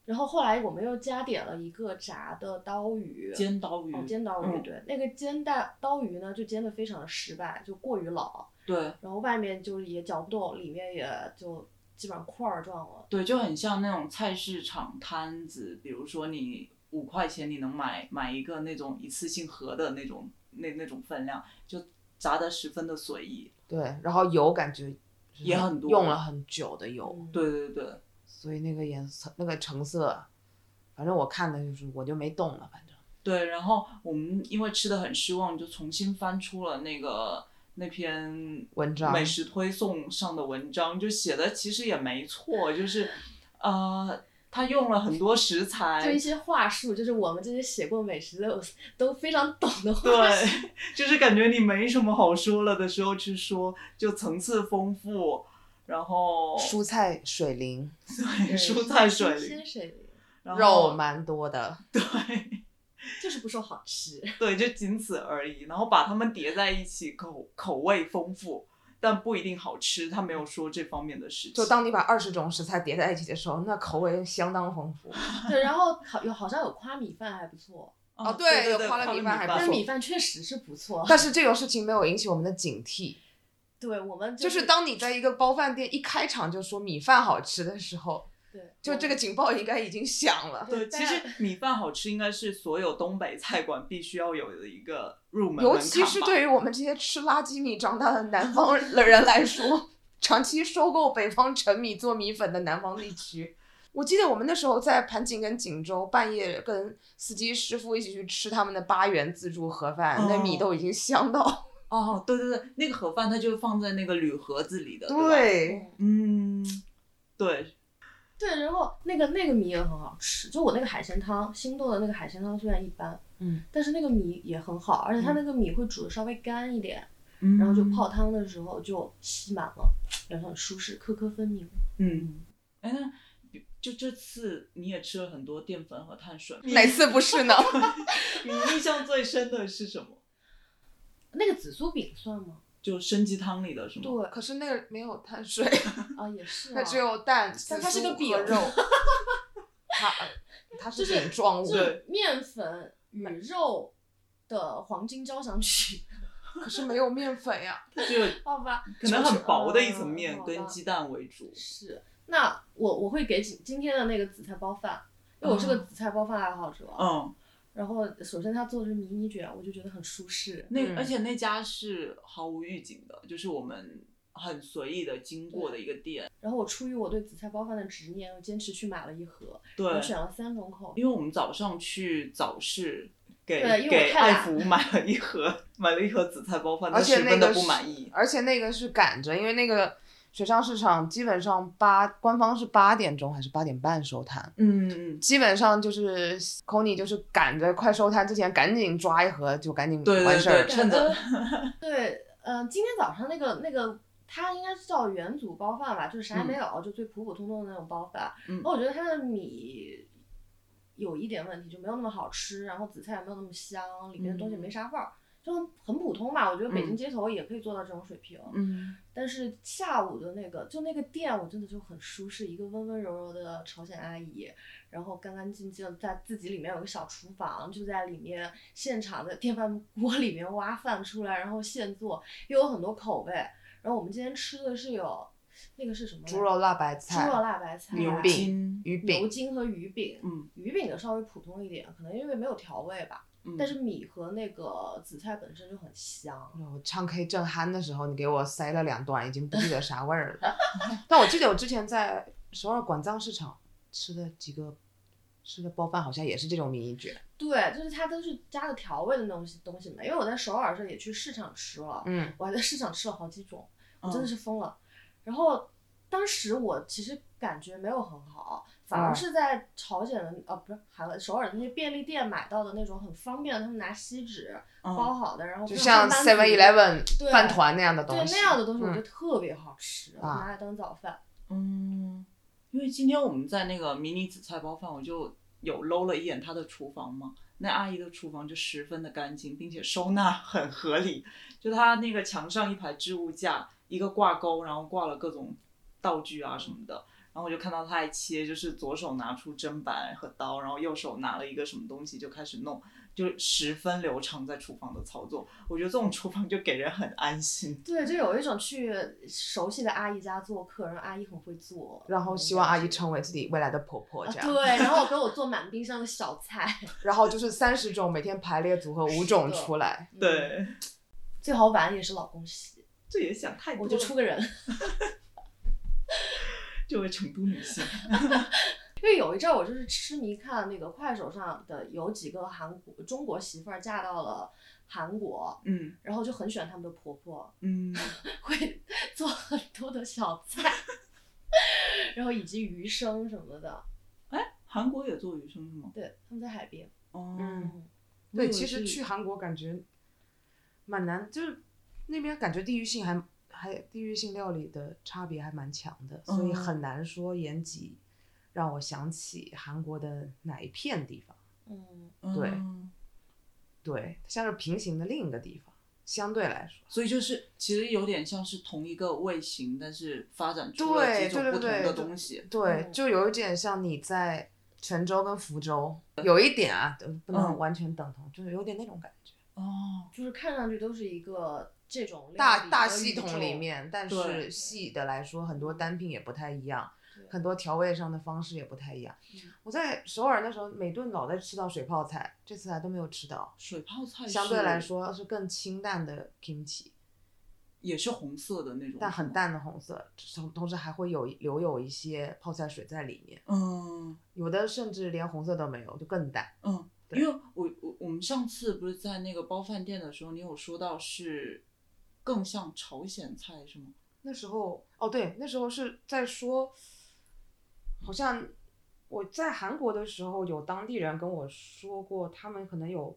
D: 然后后来我们又加点了一个炸的刀鱼，
B: 煎刀鱼，
D: 哦煎刀鱼，
B: 嗯
D: 对，那个煎大刀鱼呢就煎的非常的失败，就过于老。
B: 对
D: 然后外面就是也嚼不动，里面也就基本上块儿状了。
B: 对，就很像那种菜市场摊子，比如说你五块钱你能买买一个那种一次性盒的那种那那种分量，就炸的十分的随意。
E: 对，然后油感觉是
B: 也很多
E: 用了很久的油，
D: 嗯，
B: 哦对对对，
E: 所以那个颜色、那个成色，反正我看的就是我就没动了，反正
B: 对，然后我们因为吃的很失望，就重新翻出了那个那篇
E: 文章
B: 美食推送上的文章，就写的其实也没错，就是呃，他用了很多食
D: 就
B: 材
D: 一，些话术，就是我们这些写过美食的 都非常懂的话术。
B: 对， 就是感觉你没什么好说了的时候去说，就层次丰富，然后
E: 蔬菜水灵，
B: 对 蔬菜水
D: 新
B: 灵，
D: 鲜水灵，
B: 然后
E: 肉蛮多的，
B: 对
D: 就是不说好吃。
B: 对，就仅此而已，然后把它们叠在一起，口口味丰富。但不一定好吃，他没有说这方面的事情。
E: 就当你把二十种食材叠在一起的时候，那口味相当丰富。
D: 对，然后好有好像有夸米饭还不错，
E: 哦对
B: 啊对，
E: 有
B: 对
E: 夸了米饭还不
D: 但
E: 错
D: 是米饭确实是 不错。
E: 但是这种事情没有引起我们的警惕，
D: 对我们
E: 就是当你在一个包饭店一开场就说米饭好吃的时候，
D: 对，
E: 就
B: 嗯
E: 这个警报应该已经响了。
B: 对，
D: 大
B: 其
D: 家
B: 实米饭好吃应该是所有东北菜馆必须要有的一个入门门槛
C: 尤
B: 吧。
C: 其是对于我们这些吃垃圾米长大的南方人来说，
E: 长期收购北方陈米做米粉的南方地区。我记得我们那时候在盘锦跟锦州，半夜跟司机师傅一起去吃他们的八元自助盒饭，那米
B: 哦
E: 都已经香到。
B: 哦，对对对，那个盒饭它就放在那个铝盒子里的，对吧，
E: 对，
D: 嗯
B: 嗯，对，
D: 对，然后那个那个米也很好吃，就我那个海鲜汤，星豆的那个海鲜汤虽然一般，
E: 嗯，
D: 但是那个米也很好，而且它那个米会煮的稍微干一点，
B: 嗯
D: 然后就泡，汤的时候就吸满了，然后很舒适，颗颗分明。
B: 嗯，哎，那比就这次你也吃了很多淀粉和碳 水，
E: 哪次 不是呢？
B: 你印象最深的是什么？
D: 那个紫苏饼算吗？
B: 就参鸡汤里的是吗？
D: 对，
E: 可是那个没有碳水，
D: 啊也是、啊，
E: 它只有蛋、
D: 但
E: 紫
D: 它是
E: 苏
D: 个饼
E: 和 肉。它呃它是
D: 就是
E: 饼状物
D: 就，是面粉与肉的黄金交响曲，
E: 可是没有面粉呀。
B: 它只有
D: 好吧？
B: 可能很薄的一层面
D: 嗯好
B: 跟
D: 吧
B: 鸡蛋为主。
D: 是，那我我会给今今天的那个紫菜包饭，因为我是个紫菜包饭爱好者。
B: 嗯，
D: 然后首先他做的是迷你卷，我就觉得很舒适。
B: 那
E: 嗯
B: 而且那家是毫无预警的，就是我们很随意的经过的一个店。
D: 然后我出于我对紫菜包饭的执念，我坚持去买了一盒，
B: 对，
D: 我选了三种口味。
B: 因为我们早上去早市给
D: 对因为我
B: 给
D: 太
B: 爱
D: 懒
B: 福买了一盒买了一盒紫菜包饭，
E: 而
B: 他
E: 且
B: 十
E: 那
B: 分
E: 个
B: 的
E: 是
B: 不满意。
E: 而且那个是赶着，因为那个水上市场基本上八官方是八点钟还是八点半收摊，
B: 嗯嗯，
E: 基本上就是 Kony 就是赶着快收摊之前赶紧抓一盒就赶紧
B: 对
E: 完
B: 对
E: 事
B: 对，
E: 儿。
B: 趁着
D: 对， 嗯、今天早上那个那个，它应该是叫元祖包饭吧，就是啥也没有，就最普普通通的那种包饭。
B: 嗯
D: 然后我觉得它的米有一点问题，就没有那么好吃，然后紫菜也没有那么香，里面的东西也没啥味儿，就很很普通吧。我觉得北京
B: 嗯
D: 街头也可以做到这种水平。
B: 嗯
D: 但是下午的那个，就那个店，我真的就很舒适，一个温温柔柔的朝鲜阿姨，然后干干净净，在自己里面有个小厨房，就在里面现场的电饭锅里面挖饭出来，然后现做，又有很多口味。然后我们今天吃的是有那个是什么来着？
E: 猪肉辣白
D: 猪
E: 菜
D: 肉、辣白菜、啊
B: 牛
E: 饼
B: 筋，
E: 鱼
D: 牛
E: 饼，
D: 筋和鱼饼。
B: 嗯
D: 鱼饼的稍微普通一点，可能因为没有调味吧，
B: 嗯，
D: 但是米和那个紫菜本身就很香。
E: 我唱 K 正酣的时候，你给我塞了两段，已经不记得啥味儿了。 但我记得我之前在首尔馆藏市场吃的几个吃的包饭，好像也是这种迷你卷。
D: 对，就是它都是加了调味的东西东西嘛。因为我在首尔这也去市场吃了，
E: 嗯，
D: 我还在市场吃了好几种，我
B: 嗯
D: 真的是疯了。然后当时我其实感觉没有很好，反而
E: 嗯
D: 是在朝鲜的呃、不是韩国首尔的那些便利店买到的那种很方便的，他们拿锡纸包
B: 嗯
D: 好的，然后
E: 就
D: 跟
E: 像
D: 上班族
E: Seven Eleven
D: 对
E: 饭团那样的东
D: 对
E: 西，
D: 那样的东西，我觉得
E: 嗯
D: 特别好吃，
E: 啊
D: 拿来当早饭。
B: 嗯，因为今天我们在那个迷你紫菜包饭，我就有搂了一眼她的厨房嘛。那阿姨的厨房就十分的干净，并且收纳 很合理。就她那个墙上一排置物架，一个挂钩，然后挂了各种道具啊什么的。然后我就看到她还切，就是左手拿出砧板和刀，然后右手拿了一个什么东西就开始弄，就十分流畅在厨房的操作。我觉得这种厨房就给人很安心。
D: 对，就有一种去熟悉的阿姨家做客，然后阿姨很会做，
E: 然后希望阿姨成
D: 为。
E: 为自己未来的婆婆
D: 啊
E: 这样，
D: 对，然后给我做满冰箱的小 菜。
E: 然后就是三十种，每天排列组 合五种出来，
D: 嗯，
B: 对，
D: 最好碗也是老公洗，
B: 这也想太多
D: 我
B: 了。
D: 就出个人。
B: 这位成都女性，
D: 因为有一阵儿我就是痴迷看那个快手上的有几个韩国中国媳妇儿嫁到了韩国，
B: 嗯
D: 然后就很喜欢他们的婆婆，
B: 嗯，
D: 会做很多的小菜， 然后以及鱼生什么的。
B: 哎韩国也做鱼生是吗？
D: 对，他们在海边。
B: 哦，
E: 嗯
B: 我以
E: 对，
B: 为
E: 其实
B: 是
E: 去韩国感觉蛮难，就是那边感觉地域性还还地域性料理的差别还蛮强的，所以
B: 嗯
E: 很难说延吉让我想起韩国的哪一片地方，
D: 嗯，
E: 对
B: 嗯
E: 对，它像是平行的另一个地方，相对来说。
B: 所以就是其实有点像是同一个卫星，但是发展出了
E: 对
B: 几种
E: 对对
B: 不同
E: 对
B: 的东西。
E: 对
D: 嗯，
E: 就有一点像你在泉州跟福州，有一点啊，呃不能
B: 嗯
E: 完全等同，就是有点那种感觉。
B: 哦，
D: 就是看上去都是一个这种料
E: 大
D: 理
E: 大
D: 的
E: 系
D: 宇
E: 统
D: 宙
E: 里，面，但
B: 对
E: 是细的来说，很多单品也不太一样
D: 对，
E: 很多调味上的方式也不太一样。我在首尔的时候，每顿老在吃到水泡菜，这次还都没有吃到。
B: 水泡菜
E: 相
B: 是
E: 对来说是更清淡的 kimchi，
B: 也是红色的那种，
E: 但很。淡的红色，同同时还会有留有一些泡菜水在里面，
B: 嗯
E: 有的甚至连红色都没有，就更淡。
B: 嗯，
E: 对
B: 因为我我我们上次不是在那个包饭店的时候，你有说到是更像朝鲜菜是吗？
E: 那时候哦，对，那时候是在说，好像我在韩国的时候，有当地人跟我说过，他们可能有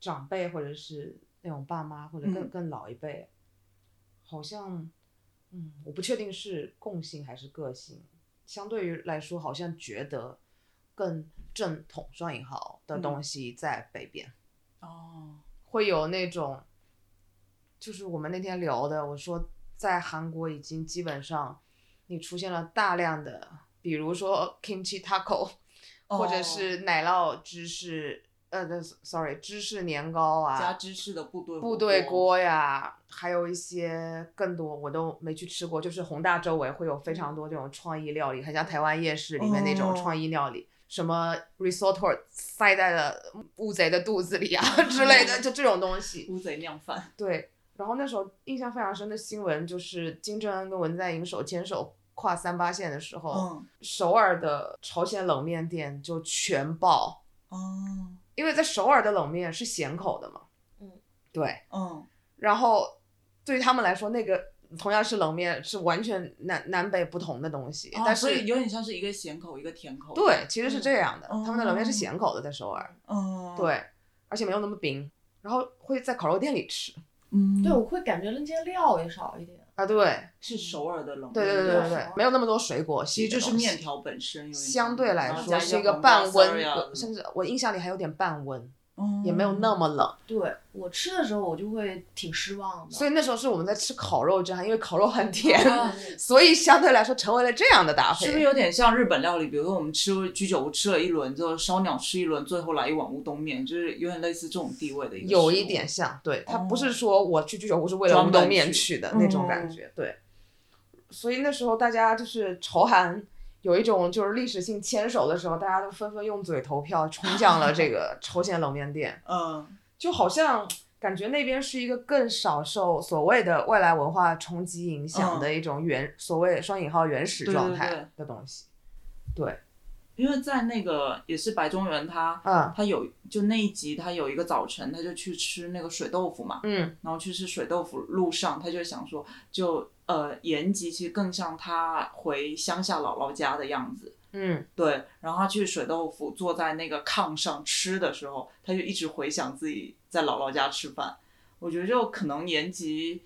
E: 长辈或者是那种爸妈或者更、
B: 嗯
E: 更老一辈，好像嗯，我不确定是共性还是个性，相对于来说，好像觉得更正统（双引号）的
B: 嗯
E: 东西在北边。
B: 哦，
E: 会有那种，就是我们那天聊的，我说在韩国已经基本上，你出现了大量的，比如说 kimchi taco，、或 者是奶酪芝士，呃不是，sorry，芝士年糕
B: 加
E: 啊，
B: 芝士的部队火
E: 部队，锅呀，还有一些更多我都没去吃过，就是宏大周围会有非常多这种创意料理，很像台湾夜市里面那种
B: 哦
E: 创意料理。什么 risotto 塞在了乌贼的肚子里啊之类的，就这种东西。
B: 乌贼酿饭。
E: 对，然后那时候印象非常深的新闻就是金正恩跟文在寅手牵手跨三八线的时候，
B: 嗯
E: 首尔的朝鲜冷面店就全爆，
B: 哦
E: 因为在首尔的冷面是咸口的嘛，
D: 嗯，
E: 对，
B: 嗯
E: 然后对于他们来说，那个同样是冷面，是完全南南北不同的东西，
B: 哦
E: 但
B: 所
E: 是
B: 以有点像是一个咸口，一个甜口。
E: 对，，其实是这样的，他们的冷面是
B: 哦
E: 咸口的，在首尔，
B: 嗯，，
E: 对，而且没有那么冰，然后会在烤肉店里吃
B: 嗯，
D: 对，我会感觉那些料也少一点，
E: 啊，对，
B: 是首尔的冷面，
E: 对对对
B: 吧
E: 对对，没有那么多水果
B: 其
E: 系
B: 实
E: 的东
B: 就
E: 西，
B: 是面条本身有点
E: 相对来
B: 然后
E: 说
B: 加
E: 是一
B: 些
E: 个
B: 黄瓜
E: 半
B: 丝
E: 温
B: 儿呀
E: 的，甚至我印象里还有点半温，
B: 嗯
E: 也没有那么冷。
D: 对我吃的时候我就会挺失望的，
E: 所以那时候是我们在吃烤肉之后，因为烤肉很甜，
B: 啊
E: 所以相对来说成为了这样的搭
B: 是不是
E: 配。
B: 有点像日本料理？比如说我们吃居酒屋吃了一轮，之后烧鸟吃一轮，最后来一碗乌冬面，就是有点类似这种地位的一个。
E: 有一点。像，对，它不是说我去居酒屋是为了
B: 专
E: 乌
B: 门
E: 冬面
B: 去
E: 去的那种
B: 嗯
E: 感觉，对。所以那时候大家就是朝韩有一种就是历史性牵手的时候，大家都纷纷用嘴投票冲向了 这个朝鲜冷面店。
B: 嗯
E: 就好像感觉那边是一个更少受所谓的外来文化冲击影响
B: 嗯
E: 的一种原、所谓双引号原始
B: 对对
E: 状
B: 对
E: 态的东西。
B: 因为在那个也是白中原他，
E: 嗯
B: 他有就那一集，他有一个早晨，他就去吃那个水豆腐嘛，
E: 嗯
B: 然后去吃水豆腐路上，他就想说，就呃延吉其实更像他回乡下姥姥家的样子，
E: 嗯，
B: 对，然后他去水豆腐坐在那个炕上吃的时候，他就一直回想自己在姥姥家吃饭。我觉得就可能延吉，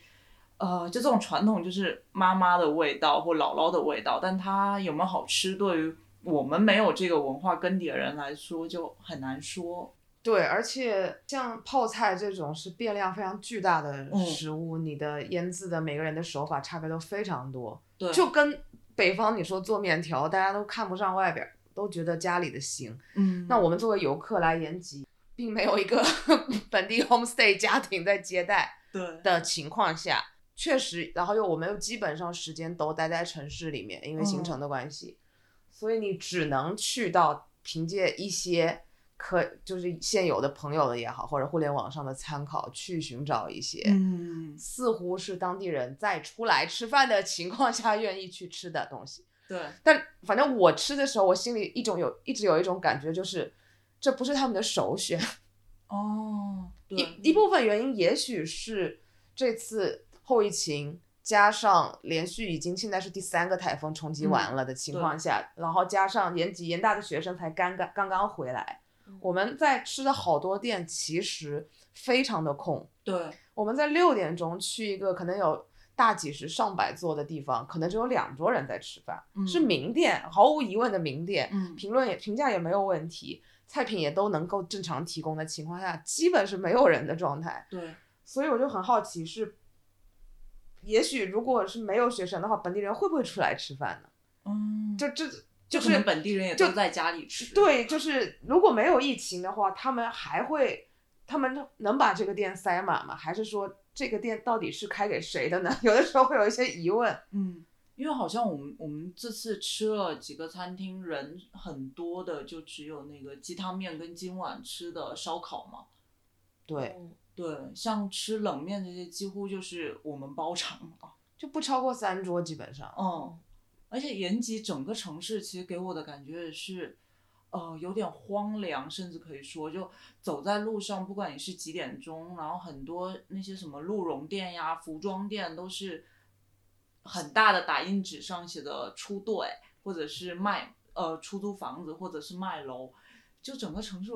B: 呃，就这种传统就是妈妈的味道或姥姥的味道，但它有没有好吃，对于我们没有这个文化根底的人来说就很难说。
E: 对，而且像泡菜这种是变量非常巨大的
B: 嗯
E: 食物，你的腌制的每个人的手法差别都非常多，
B: 对，
E: 就跟北方你说做面条，大家都看不上外边儿，都觉得家里的行。
B: 嗯，
E: 那我们作为游客来延吉，并没有一个 本地 homestay 家庭在接待，
B: 对
E: 的情况下，确实，然后又我们又基本上时间都待在城市里面，因为行程的关系，所以你只能去到凭借一些可就是现有的朋友的也好，或者互联网上的参考去寻找一些。
B: 嗯，
E: 似乎是当地人在出来吃饭的情况下愿意去吃的东西，
B: 对，
E: 但反正我吃的时候，我心里一种有一直有一种感觉，就是这不是他们的首选，
B: 哦，对，
E: 一一部分原因也许是这次后疫情加上连续已经现在是第三个台风冲击完了的情况下，然后加上延吉延大的学生才刚刚刚刚回来
D: 嗯，
E: 我们在吃的好多店其实非常的空，
B: 对，
E: 我们在六点钟去一个可能有。大几十上百座的地方，可能只有两桌人在吃饭，
B: 嗯
E: 是名店，毫无疑问的名店。
B: 嗯，
E: 评论也评价也没有问题，菜品也都能够正常提供的情况下，基本是没有人的状态。
B: 对，
E: 所以我就很好奇是，也许如果是没有学生的话，本地人会不会出来吃饭呢？
B: 嗯，
E: 就这
B: 就
E: 就
B: 可能
E: 是
B: 本地人也
E: 就
B: 都在家里吃，，
E: 对，就是如果没有疫情的话，他们还会，他们能把这个店塞满吗？还是说这个店到底是开给谁的呢？ 有的时候会有一些疑问。
B: 嗯，因为好像我们我们这次吃了几个餐厅，人很多的，就只有那个鸡汤面跟今晚吃的烧烤嘛。
E: 对，
D: 嗯
B: 对，像吃冷面这些，几乎就是我们包场嘛。
E: 就不超过三桌，基本上。
B: 嗯，而且延吉整个城市其实给我的感觉也是，呃，有点荒凉，甚至可以说，就走在路上，不管你是几点钟，然后很多那些什么鹿茸店呀、服装店都是很大的打印纸上写的出队，或者是卖呃出租房子，或者是卖楼，就整个城市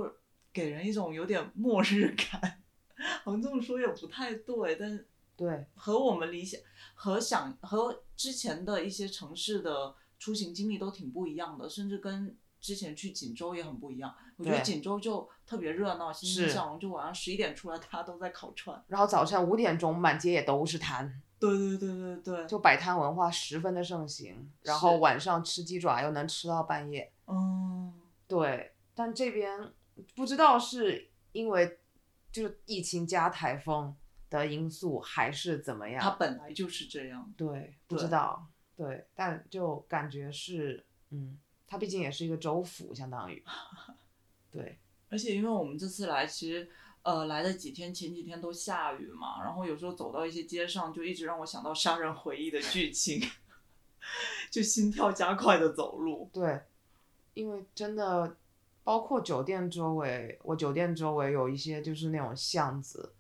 B: 给人一种有点 末日感。 好像这么说也不太对，但是
E: 对，
B: 和我们理想和想和之前的一些城市的出行经历都挺不一样的，甚至跟之前去锦州也很不一样。我觉得
E: 对
B: 锦州就特别热闹，欣欣
E: 是
B: 向荣，就晚上十一点出来，大家都在烤串。
E: 然后早上五点钟，满街也都是摊，
B: 对对对对对，
E: 就摆摊文化十分的盛行。然后晚上吃鸡爪又能吃到半夜。
B: 嗯，
E: 对，但这边不知道是因为就是疫情加台风的因素，还是怎么
B: 它
E: 样？
B: 本来就是这样。
E: 对，不知
B: 对
E: 道。对，但就感觉是，嗯，它毕竟也是一个州府，相 当于。对，
B: 而且因为我们这次来，其实呃来的几天，前几天都下雨嘛，然后有时候走到一些街上，就一直让我想到《杀人回忆》的剧情， 就心跳加快的走路。
E: 对，因为真的，包括酒店周围，我酒店周围有一些就是那种巷子，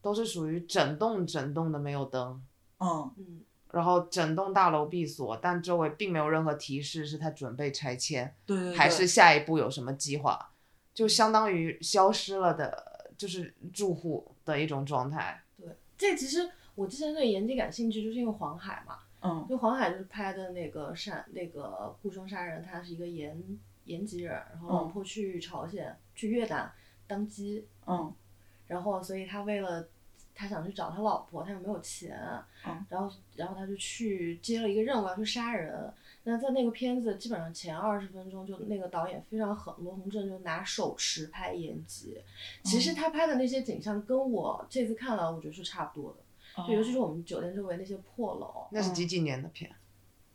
E: 都是属于整栋整栋的没有灯，
B: 嗯，
D: 嗯，
E: 然后整栋大楼闭锁，但周围并没有任何提示是它准备拆迁，
B: 对对对，
E: 还是下一步有什么计划，就相当于消失了的，就是住户的一种状态。
D: 对，这其实我之前对延吉感兴趣，就是因为黄海嘛，
B: 嗯
D: 就黄海就是拍的那个山那个顾中杀人，他是一个延延吉人，然后
B: 嗯
D: 老婆去朝鲜、去越南当机，
B: 嗯
D: 然后所以他为了他想去找他老婆，他又没有钱，
B: 嗯
D: 然后然后他就去接了一个任务，要去杀人。那在那个片子基本上前二十分钟，就那个导演非常狠，罗洪正就拿手持拍延吉。其实他拍的那些景象跟我这次看来，我觉得是差不多的，
B: 哦
D: 就尤其是我们酒店周围那些破楼，
E: 那是几几年的片？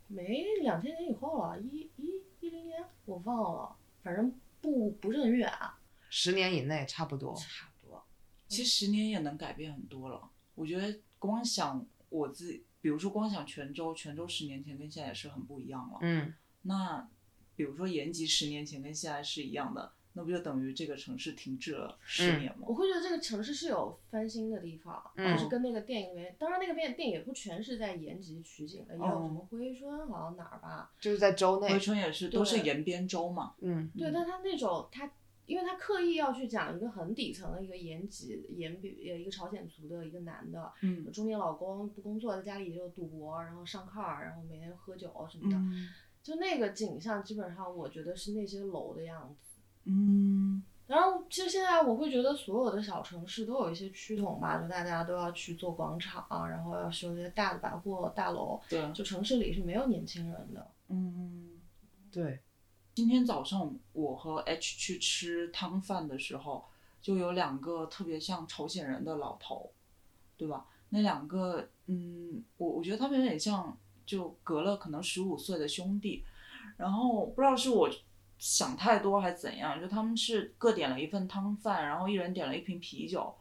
D: 没两千年以后了，一一一零年我忘了，反正不不是很远，啊
E: 十年以内差不多。
D: 差不多。
B: 其实十年也能改变很多了。我觉得光想我自己，比如说光想泉州，泉州十年前跟现在也是很不一样了。
E: 嗯，
B: 那比如说延吉十年前跟现在是一样的，那不就等于这个城市停滞了十年吗
D: 我？会觉得这个城市是有翻新的地方，
E: 嗯
D: 就是跟那个电影里面，当然那个电电影也不全是在延吉取景的，也有什么
B: 哦
D: 珲春好像哪儿吧，
E: 就是在州内
B: 回。春也是，
D: 对
B: 都是延边州嘛。
E: 嗯，
D: 对，
B: 嗯
D: 但他那种他，因为他刻意要去讲一个很底层的一个延吉延比呃一个朝鲜族的一个男的，
B: 嗯
D: 中年老公不工作，在家里就赌博，然后上炕儿，然后每天喝酒什么的，
B: 嗯
D: 就那个景象，基本上我觉得是那些楼的样子。
B: 嗯
D: 然后其实现在我会觉得所有的小城市都有一些趋同吧，就大家都要去做广场，然后要修一些大的百货大楼，
B: 对，
D: 就城市里是没有年轻人的。
B: 嗯。
E: 对，
B: 今天早上我和 H 去吃汤饭的时候，就有两个特别像朝鲜人的老头，对吧？那两个，嗯，我我觉得他们有点像，就隔了可能十五岁的兄弟。然后不知道是我想太多还是怎样，就他们是各点了一份汤饭，然后一人点了一瓶啤酒，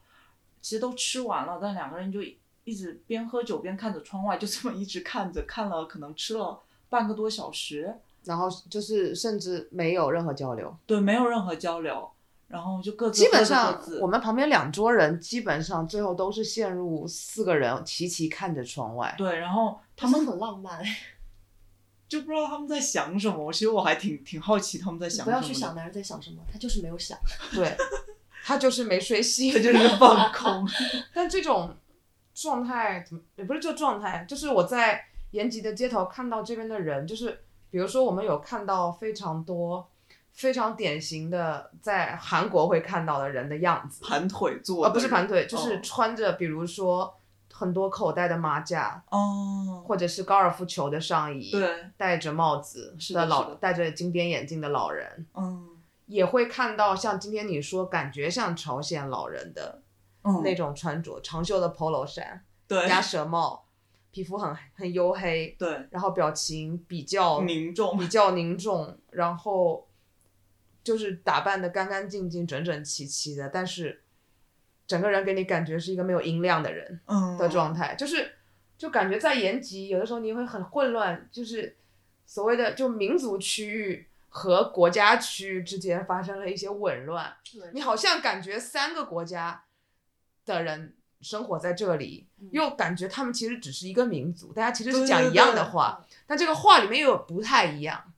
B: 其实都吃完了，但两个人就一直边喝酒边看着窗外，就这么一直看着，看了可能吃了半个多小时。
E: 然后就是甚至没有任何交流。
B: 对，没有任何交流，然后就各自
E: 基本
B: 喝着
E: 上
B: 各自
E: 我们旁边两桌人基本上最后都是陷入四个人齐齐看着 窗外。
B: 对，然后他们
D: 真的很浪漫，
B: 就不知道他们在想什么。我其实我还挺挺好奇他们在
D: 你
B: 想什
D: 不
B: 么
D: 要
B: 的，
D: 去想男人在想什么，他就是没有想。
E: 对，他就是没睡醒
B: 这。就是放空。
E: 但这种状态怎么也不是这状态，就是我在延吉的街头看到这边的人，就是比如说我们有看到非常多非常典型的在韩国会看到的人的样子，
B: 盘腿坐
E: 而
B: 的
E: 不是
B: 人
E: 盘腿，就是
B: 哦
E: 穿着比如说很多口袋的马甲，
B: 哦，
E: 或者是高尔夫球的上衣，
B: 对，
E: 戴着帽子
B: 是的
E: 的老
B: 是的
E: 戴着经典眼镜的老人，
B: 嗯
E: 也会看到像今天你说感觉像朝鲜老人的
B: 嗯
E: 那种穿着，长袖的 polo 衫，
B: 对
E: 鸭舌帽，皮肤很很黝黑，
B: 对
E: 然后表情比较
B: 凝重
E: 比较凝重，然后就是打扮的干干净净、整整齐齐的，但是整个人给你感觉是一个没有音量的人
B: 嗯
E: 的状态，就是就感觉在延吉有的时候你会很混乱，就是所谓的就民族区域和国家区域之间发生了一些紊乱，你好像感觉三个国家的人生活在这里，又感觉他们其实只是一个民族，大家其实是讲一样的话，但这个话里面又有不太一样，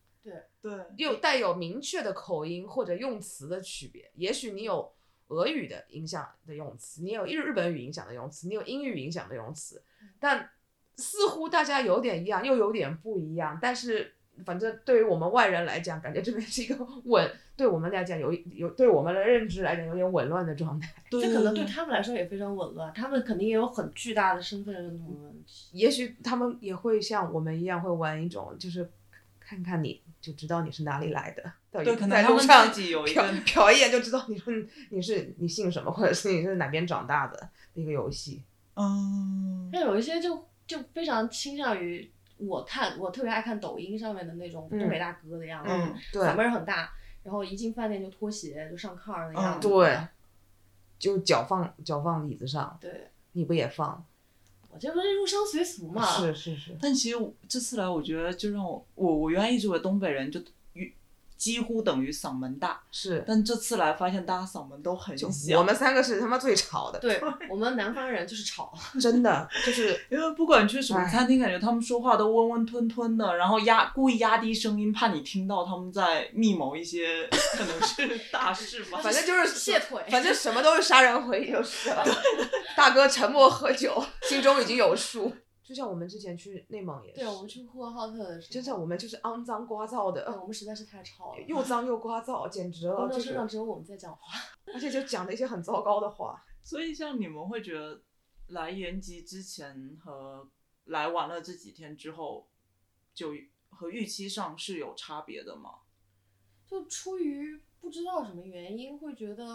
B: 对
E: 又带有明确的口音或者用词的区别。也许你有俄语的影响的用词，你有日日本语影响的用词，你有英语影响的用词，但似乎大家有点一样，又有点不一样，但是。反正对于我们外人来讲，感觉这边是一个紊，对我们来讲有有对我们的认知来讲有点紊乱的状态。
B: 对
D: 这可能对
B: 对
D: 他们来说也非常紊乱，他们肯定也有很巨大的身份认同问题。
E: 也许他们也会像我们一样，会玩一种就是看看你就知道你是哪里来的，对
B: 对可能
E: 在
B: 他
E: 路
B: 们
E: 上
B: 自己有一
E: 瞟
B: 个
E: 瞟一眼就知道你是你是你姓什么，或者是你是哪边长大的一个游戏。
B: 嗯
D: 但有一些就就非常倾向于我看我特别爱看抖音上面的那种
E: 嗯
D: 东北大哥的样子，
B: 嗯
E: 对
D: 嗓门儿很大，然后一进饭店就脱鞋就上炕儿那样
B: 嗯
D: 子。
E: 对，就脚放脚放椅子上，
D: 对，
E: 你不也放？
D: 我这不是入乡随俗嘛？
E: 是是是，
B: 但其实我这次来，我觉得就让我我我原来一直以为东北人就与几乎等于嗓门大，
E: 是，
B: 但这次来发现大家嗓门都很
E: 就
B: 小。
E: 我们三个是他妈最吵 的，
D: 对我们南方人就是 吵，
E: 真的 就是
B: 因为不管去
E: 哎
B: 什么餐厅，感觉他们说话都温温吞吞的，然后压故意压低声音，怕你听到他们在密谋一些可能 是大事吧。
E: 反正就是
D: 卸腿
E: 反正什么都是杀人回忆就是 了。 大哥沉默喝酒，心中已经有数。就像我们之前去内蒙也是，
D: 对我们去呼和浩特的时候，
E: 真的我们就是肮脏聒噪
D: 对
E: 的，
D: 我们实在是太吵了，
E: 又脏又聒噪，简直了
D: 工，作
E: 就
D: 车
E: 是
D: 上只有我们在讲话。
E: 而且就讲了一些很糟糕的话。
B: 所以像你们会觉得来延吉之前和来玩了这几天之后，就和预期上是有差别的吗？
D: 就出于不知道什么原因，会觉得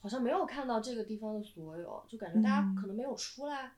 D: 好像没有看到这个地方的所有，就感觉大家
B: 嗯
D: 可能没有出来，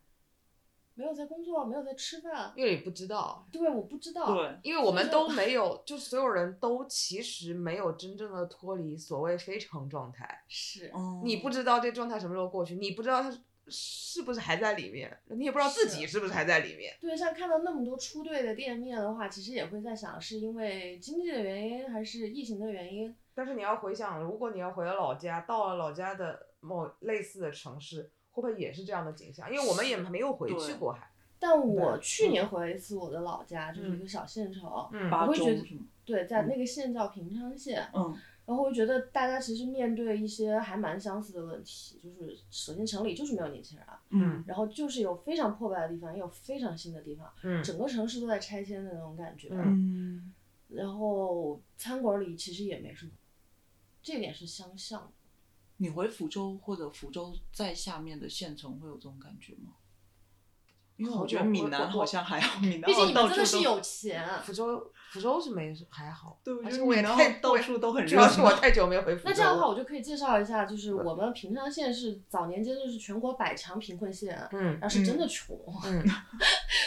D: 没有在工作，没有在吃饭。
E: 因为你不知道，
D: 对，我不知道。
B: 对，
E: 因为我们都没有，就所有人都其实没有真正的脱离所谓非常状态。
D: 是，
B: 嗯
E: 你不知道这状态什么时候过去，你不知道他是不是还在里面，你也不知道自己是不是还在里面。
D: 对，像看到那么多出队的店面的话，其实也会在想，是因为经济的原因，还是疫情的原因？
E: 但是你要回想，如果你要回到老家，到了老家的某类似的城市，会不会也是这样的景象？因为我们也没有回去
B: 对
E: 过，还
D: 但我
E: 对
D: 去年回了一次我的老家，就是一
E: 嗯
D: 个小县城，
E: 嗯
B: 八
D: 我会
B: 周
D: 觉得
B: 是吗？
D: 对，在那个县叫平昌县，
B: 嗯
D: 然后我觉得大家其实面对一些还蛮相似的问题，就是首先城里就是没有年轻人，啊
B: 嗯
D: 然后就是有非常破败的地方，也有非常新的地方，
E: 嗯
D: 整个城市都在拆迁的那种感觉。
E: 嗯
B: 嗯
D: 然后餐馆里其实也没什么，这点是相像的。
B: 你回福州或者福州在下面的县城会有这种感觉吗？因为我觉得闽南好像还好， 闽南
D: 毕
B: 好
D: 竟
B: 像
D: 你
B: 到
D: 们
B: 处
D: 真
B: 都
D: 的是有钱，
E: 福州福州是没还好，
B: 对，我
E: 而
B: 觉
E: 且
B: 得
E: 我也
B: 闽南
E: 太
B: 好
E: 我
B: 到
E: 也
B: 处都很
E: 主
B: 热
E: 要是我
B: 闹。
E: 太久没回福州了。
D: 那这样的话，我就可以介绍一下，就是我们平昌县是早年间就是全国百强贫困县，
E: 嗯
D: 然后是真的穷，
E: 嗯，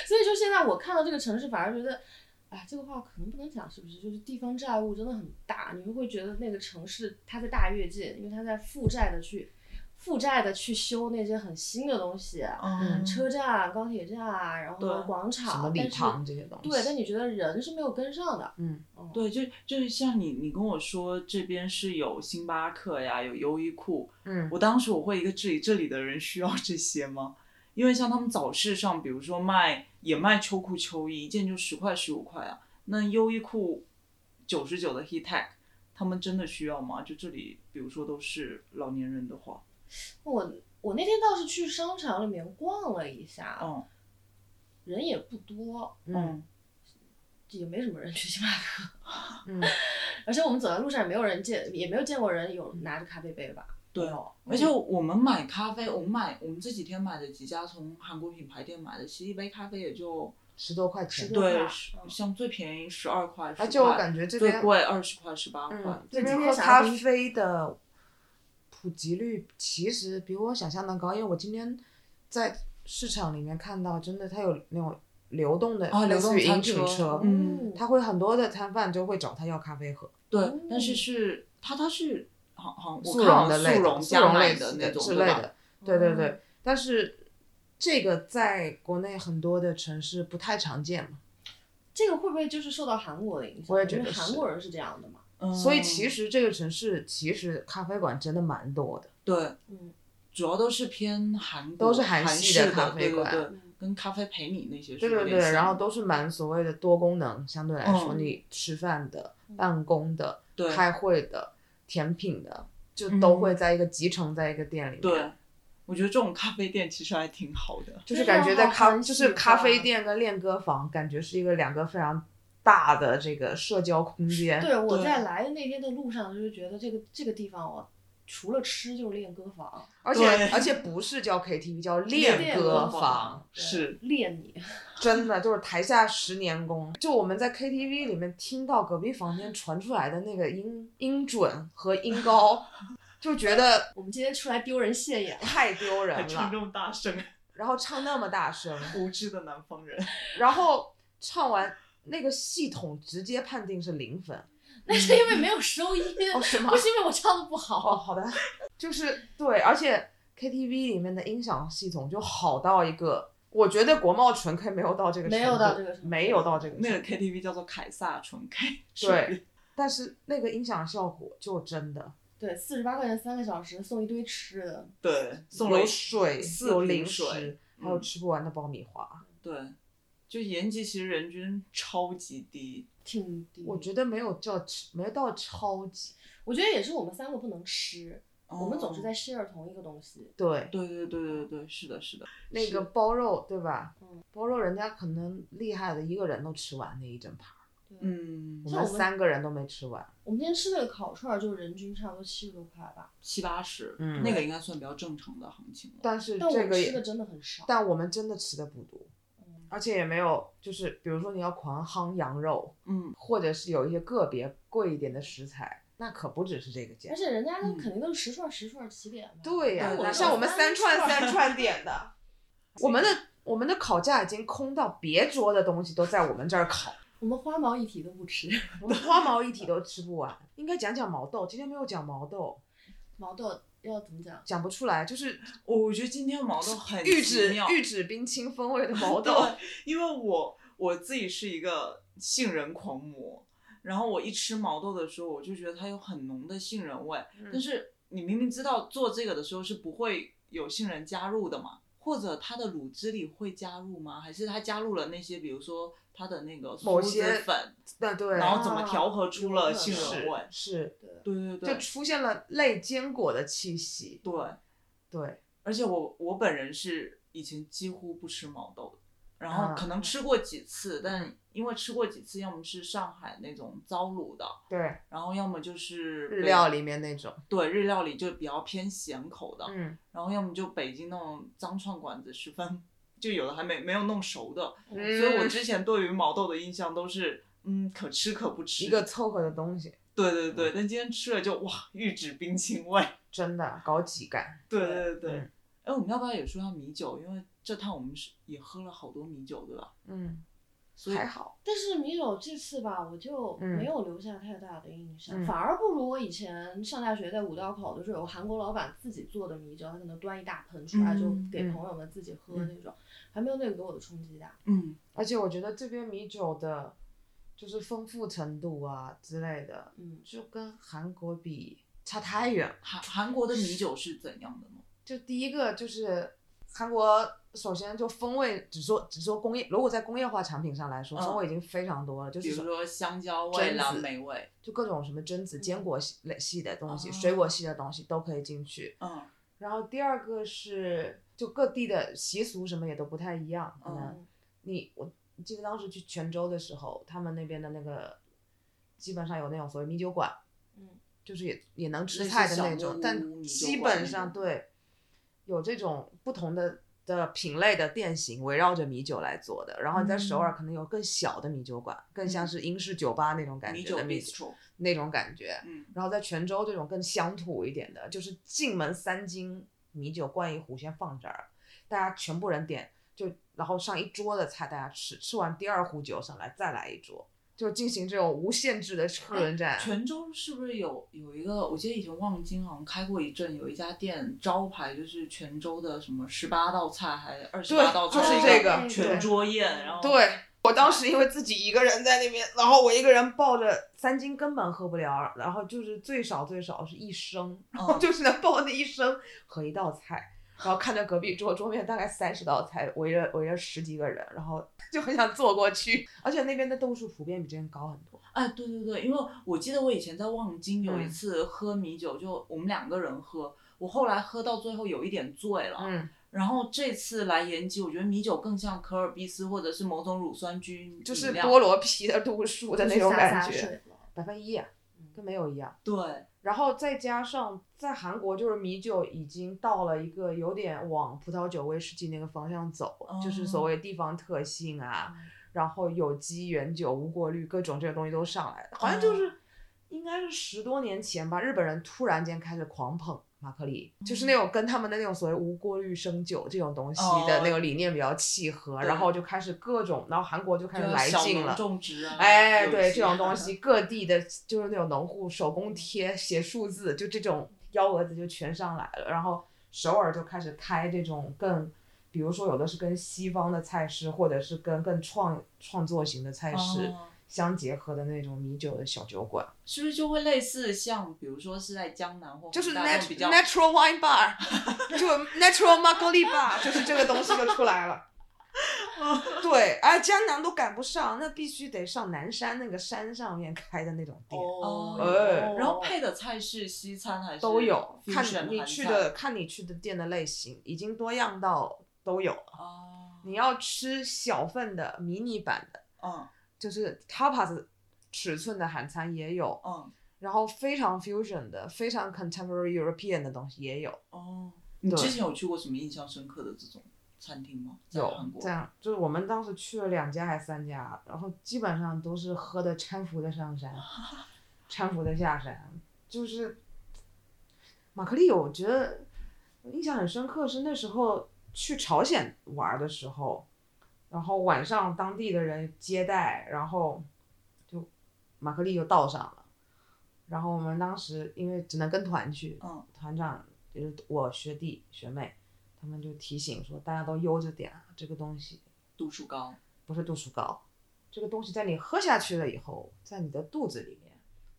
D: 所以就现在我看到这个城市，反而觉得，哎，这个话可能不能讲，是不是？就是地方债务真的很大，你们会觉得那个城市它在大跃进，因为它在负债的去负债的去修那些很新的东西， 啊
B: 嗯，
D: 车站、高铁站，啊然后
B: 对
D: 广
E: 什么
D: 场，
E: 礼
D: 但是
E: 堂这些东西，
D: 对，但你觉得人是没有跟上的，
E: 嗯
D: 嗯，
B: 对，就就是像你，你跟我说这边是有星巴克呀，有优衣库，
E: 嗯
B: 我当时我会一个质疑，这里的人需要这些吗？因为像他们早市上，比如说卖也卖秋裤秋衣，一件就十块十五块啊。那优衣库九十九的 Heat Tech，他们真的需要吗？就这里，比如说都是老年人的话，
D: 我我那天倒是去商场里面逛了一下，
E: 哦
B: 嗯
D: 人也不多，
E: 嗯
B: 嗯
D: 也没什么人去星巴克，
E: 嗯，
D: 而且我们走在路上也没有人见，也没有见过人有拿着咖啡杯吧？嗯
B: 对
D: 没
E: 哦
D: 有
B: 而且我们买咖啡，我们买我们这几天买的几家从韩国品牌店买的，其实一杯咖啡也就
E: 十多块钱
D: 十。多
B: 对
D: 块，
B: 是
D: 嗯
B: 像最便宜十二块，
E: 而
B: 10
E: 且我
B: 块
E: 感觉这
B: 最
E: 边
B: 贵二十块，十八块。
E: 嗯，
D: 对
E: 这边
D: 今
E: 喝
D: 天想要
E: 咖
D: 跟
E: 啡的普普及率其实比我想象的高，因为我今天在市场里面看到，真的它有那种流动的
B: 啊流
E: 类似
B: 动
E: 于
B: 餐
E: 饮品
B: 车
E: 车，
B: 嗯
E: 他会很多的摊贩就会找他要咖啡喝，
B: 对
D: 嗯，
B: 但是是它它是好好
E: 哦
B: 我
E: 速
B: 看
E: 溶
B: 好
E: 的
B: 像
E: 类
B: 速
E: 的、
B: 溶
E: 速
B: 加
E: 溶
B: 奶
E: 类
B: 的
E: 似
B: 那种
E: 之
B: 对
E: 类
B: 吧
E: 的，对对
D: 嗯
E: 对。但是这个在国内很多的城市不太常见嘛，
D: 这个会不会就是受到韩国的影响？
E: 我也觉
D: 因为
E: 得
D: 韩
E: 是
D: 国人是这样的嘛。
B: 嗯
E: 所以其实这个城市其实咖啡馆真的蛮多的。
B: 对，
D: 嗯
B: 主要都是偏韩国
E: 都是韩
B: 韩
E: 系
B: 式
E: 的咖啡馆
B: 对对对
D: 嗯，
B: 跟咖啡陪你那些是
E: 对
B: 有
E: 对
B: 点
E: 对，然后
B: 像
E: 都是蛮所谓的多功能，相对来说，
B: 嗯
E: 你吃饭的、办公的、
B: 对
E: 开会的、甜品的，就都
B: 嗯
E: 会在一个集成在一个店里面。
B: 对，我觉得这种咖啡店其实还挺好的。
E: 就
D: 这
E: 是感
D: 种
E: 觉在
D: 好啊
E: 咖，
D: 很
E: 就是
D: 喜
E: 咖啡
D: 欢
E: 店跟练歌房，感觉是一个两个非常大的这个社交空间。
D: 对，我
B: 对
D: 在来的那天的路上，就是觉得这个这个地方哦，除了吃就是练歌房，
E: 而且
B: 对
E: 而且不是叫 KTV，叫
D: 练
E: 歌
D: 歌
E: 房，
B: 对是
D: 练你。
E: 真的就是台下十年功。就我们在 KTV 里面听到隔壁房间传出来的那个音音准和音高，就觉得
D: 我们今天出来丢人 现眼了。
E: 太丢
B: 还
E: 人
B: 唱
E: 了
B: 这。么大声，
E: 然后唱那么大声，
B: 无知的南方 人。
E: 然后唱完那个系统直接判定是零分。
D: 那是因为没有收音，
E: 哦，什么
D: 不？是因为我唱的不好。
E: 哦，好的，就是对，而且 KTV 里面的音响系统就好到一个，我觉得国贸纯 K 没有到这个程
D: 没
E: 度，
D: 有到这个程度
E: 没有到这个程
B: 那个
E: 度
B: KTV 叫做凯撒纯 K，
E: 对，但是那个音响效果就真的
D: 对，四十八块钱三个小时送一堆吃的，
B: 对，送了
E: 有
B: 一
E: 水，
B: 四
E: 有
B: 瓶
E: 零
B: 水
E: 食，还有
B: 嗯
E: 吃不完的爆米花。
B: 对，就延吉其实人均超级低，
D: 挺低。
E: 我觉得没有叫吃没到超级，
D: 我觉得也是我们三个不能吃，
E: 哦
D: 我们总是在 share 同一个东西。
E: 对，
B: 哦对对对对对，是的，是的，
E: 那个包肉对吧？
D: 嗯
E: 包肉人家可能厉害的一个人都吃完那一整盘儿，
B: 嗯
E: 我，
D: 像
E: 们
D: 我们嗯
E: 三个人都没吃完。
D: 我们今天吃那个烤串儿，就是人均差不多七十多块吧，
B: 七八十，
E: 嗯
B: 那个应该算比较正常的行情了。
E: 但是
D: 但我
E: 这
D: 们
E: 个
D: 吃
E: 也
D: 的真的很少。
E: 但我们真的吃的不多，
D: 嗯
E: 而且也没有就是比如说你要狂夯羊肉，
B: 嗯，
E: 或者是有一些个别贵一点的食材，那可不只是这个价
D: 而。且人家
B: 嗯
D: 肯定都是十串儿十串儿起点吧。
E: 对呀、
B: 对
E: 哪
B: 对
E: 像我们三串
D: 三
E: 三串点的， 我们的我们的烤架已经空到别桌的东西都在我们这儿烤，
D: 我们花毛一体都不吃，
E: 我们花毛一体都吃不完。应该讲讲毛豆，今天没有讲毛豆，
D: 毛豆要怎么讲？
E: 讲不出来，就是
B: 我我觉得今天毛豆很
E: 玉
B: 奇
E: 指
B: 妙
E: 玉指冰清风味的 毛豆，
B: 对，因为我我自己是一个杏仁狂魔，然后我一吃毛豆的时候，我就觉得它有很浓的杏仁味，
D: 嗯
E: 嗯
B: 但是你明明知道做这个的时候是不会有杏仁加入的嘛，或者它的卤汁里会加入吗？还是它加入了那些，比如说它的那个酥
E: 某
B: 子
E: 些
B: 粉，
E: 那对，
B: 然后怎么
D: 啊
B: 调和出了
D: 有可
B: 杏
D: 能
B: 仁味？
E: 是
D: 对，
B: 对对
E: 就
B: 对
E: 出现了类坚果的气息，
B: 对，
E: 对。
B: 而且我我本人是以前几乎不吃毛豆的，然
E: 啊
B: 后可能吃过几次，但因为吃过几次，要么是上海那种糟卤的，
E: 对，
B: 然后要么就是
E: 日
B: 北
E: 料，里面那种，
B: 对日料里就比较偏咸口的，
E: 嗯，
B: 然后要么就北京那种脏串馆子十分，就有的还没没有弄熟的，
E: 嗯
B: 所以我之前对于毛豆的印象都是。嗯，可吃可不吃。
E: 一个嗯凑合的东西，
B: 对对对，但今天吃了就哇，玉指冰清味。
E: 真的搞几感。
B: 对对对对
E: 嗯。
B: 哎、我们要不要也说一下米酒？因为这趟我们是也喝了好多米酒，对吧？
E: 嗯，
B: 所以
E: 还好，
D: 但是米酒这次吧，我就
E: 嗯
D: 没有留下太大的印象，
E: 嗯
D: 反而不如我以前上大学在五道口的时候，有韩国老板自己做的米酒，他可能端一大盆出来
B: 嗯
D: 就给
E: 嗯
D: 朋友们自己喝
E: 嗯
D: 那种，还没有那个给我的冲击大。
B: 嗯，
E: 而且我觉得这边米酒的，就是丰富程度啊之类的，
D: 嗯，
E: 就跟韩国比差太远。
B: 韩韩国的米酒是怎样的呢？
E: 就第一个就是韩国，首先就风味，只说只说工业，如果在工业化产品上来说，
B: 嗯
E: 风味已经非常多了，就
B: 比
E: 是
B: 如说香蕉
E: 榛
B: 味、
E: 子
B: 蓝莓味，
E: 就各种什么榛子、坚果系类系的东西、
B: 哦
E: 水果系的东西都可以进去。
B: 嗯
E: 然后第二个是，就各地的习俗什么也都不太一样，可能
B: 嗯
E: 你我记得当时去泉州的时候，他们那边的那个基本上有那种所谓米酒馆，
D: 嗯，
E: 就是也也能吃
B: 类似
E: 菜的
B: 小
E: 那
B: 木
E: 种
B: 屋，
E: 但
B: 米酒
E: 基
B: 馆
E: 本
B: 那
E: 上
B: 种
E: 对有这种不同的的品类的店型围绕着米酒来做的，然后你在首尔可能有更小的米酒馆，更像是英式酒吧那种感
B: 米
E: 觉
B: 酒
E: 的米酒
B: bistro，
E: 那种感觉，
B: 嗯，
E: 然后在泉州这种更乡土一点的，就是进门三斤米酒灌一壶先放这儿，大家全部人点就，然后上一桌的菜大家吃，吃完第二壶酒上来再来一桌，就进行这种无限制的车轮战。
B: 泉州是不是有有一个？我记得以前望京好像开过一阵，有一家店招牌就是泉州的什么十八道菜还是二十
E: 对
B: 八道菜，
E: 就是
B: 一
E: 这
B: 个
E: 个
D: 对
B: 全桌宴，然后
E: 对我当时因为自己一个人在那边，然后我一个人抱着三斤根本喝不了，然后就是最少最少是一升，然
D: 哦
B: 嗯
E: 后 就是能抱那一升和一道菜。然后看着隔壁桌桌面大概三十道菜，围着围着十几个人，然后 就很想坐过去。而且那边的度数普遍比这边高很多。
B: 哎，对对对，因为我记得我以前在望京有一
E: 嗯
B: 次喝米酒，就我们两个人喝，我后来喝到最后有一点醉
D: 哦
B: 了。
E: 嗯，
B: 然后这次来延吉，我觉得米酒更像可尔必斯或者是某种乳酸菌
E: 就是
B: 饮料
E: 菠萝皮的 度数的那种感
D: 就是洒
E: 觉，
D: 洒水了
E: 百分之一，啊跟没有一样。
B: 对，
E: 然后再加上在韩国，就是米酒已经到了一个有点往葡萄酒、威士忌那个方向走，就是
B: 哦
E: 所谓地方特性啊，
B: 嗯
E: 然后有机原酒、无果绿各种这个东西都上来了，好像
B: 嗯
E: 就是、应该是十多年前吧，日本人突然间开始狂捧。马克里就是
B: 嗯
E: 那种跟他们的那种所谓无过滤生酒这种东西的
B: 哦
E: 那种理念比较契合，
B: 对
E: 然后就开始各种，然后韩国就开始
B: 就是
E: 来
B: 小
E: 劲
B: 农
E: 了，
B: 种植啊，
E: 哎，
B: 有
E: 对
B: 机
E: 这种
B: 啊
E: 东 西，各地的就是那种农户手工贴写数字，就这种幺蛾子就全上来了。然后首尔就开始开这种更，比如说有的是跟西方的菜式，或者是跟更创创作型的菜式
B: 哦
E: 相结合的那种米酒的小酒馆，
B: 是不是就会类似像，比如说是在江南或
E: 就是
B: 宏大这种
E: nat
B: 比较
E: natural wine bar，就 natural m a r g o l i bar，就是这个东西就出来了。
B: 哦
E: 对，哎，江南都赶不上，那必须得上南山那个山上面开的那种店。
D: 哦，
E: 哎
B: 然后配的菜是西餐还是
E: 都有，看
B: fusion
E: 你
B: 韩
E: 去
B: 菜
E: 的看你去的店的类型，已经多样到都有了。
B: 哦，
E: 你要吃小份的、迷你版的，
B: 嗯
E: 就是 tapas 尺寸的韩餐也有，
B: 嗯
E: 然后非常 fusion 的、非常 contemporary European 的东西也有。
B: 哦，你
E: 对
B: 之前有去过什么印象深刻的这种餐厅吗？在韩国
E: 这样就是我们当时去了两家还是三家，然后基本上都是喝的搀扶的 上山，搀扶的下山，就是马克利，我觉得我印象很深刻是那时候去朝鲜玩的时候，然后晚上当地的人接待，然后就马克利就到上了，然后我们当时因为只能跟团去，
B: 嗯
E: 团长就是我学弟学妹，他们就提醒说大家都悠着点啊，这个东西
B: 度数高，
E: 不是度数高，这个东西在你喝下去了以后，在你的肚子里面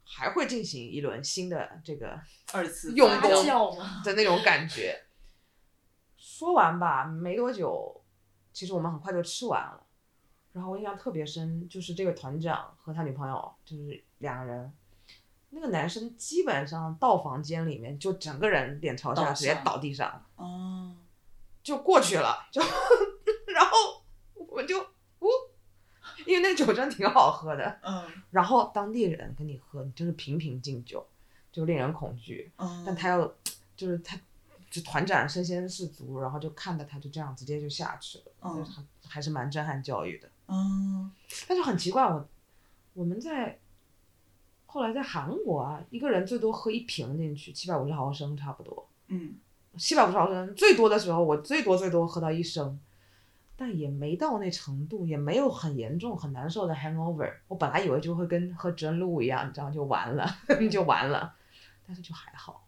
E: 还会进行一轮新的这个
B: 二次
E: 用
B: 发
D: 发
E: 功
B: 酵
D: 酵嘛，
E: 的那种感觉。说完吧，没多久，其实我们很快就吃完了。然后我印象特别深，就是这个团长和他女朋友，就是两个人。那个男生基本上到房间里面就整个人脸朝
B: 倒
E: 下，直接
B: 下
E: 倒地上了。
B: 哦，
E: 就过去了，就然后我就呜，因为那酒真挺好喝的。
B: 嗯
E: 然后当地人跟你喝，你真是频频敬酒，就令人恐惧。
B: 嗯，
E: 但他要就是他，就团长身先士卒，然后就看着他就这样直接就下去了，
B: 嗯
E: 还还是蛮震撼教育的。
B: 嗯
E: 但是很奇怪，我我们在后来在韩国啊，一个人最多喝一瓶进去，七百五十毫升差不多。
B: 嗯
E: 七百五十毫升，最多的时候我最多最多喝到一升，但也没到那程度，也没有很严重很难受的 hangover。我本来以为就会跟喝真露一样，你知道就完了， 就完了，但是就还好，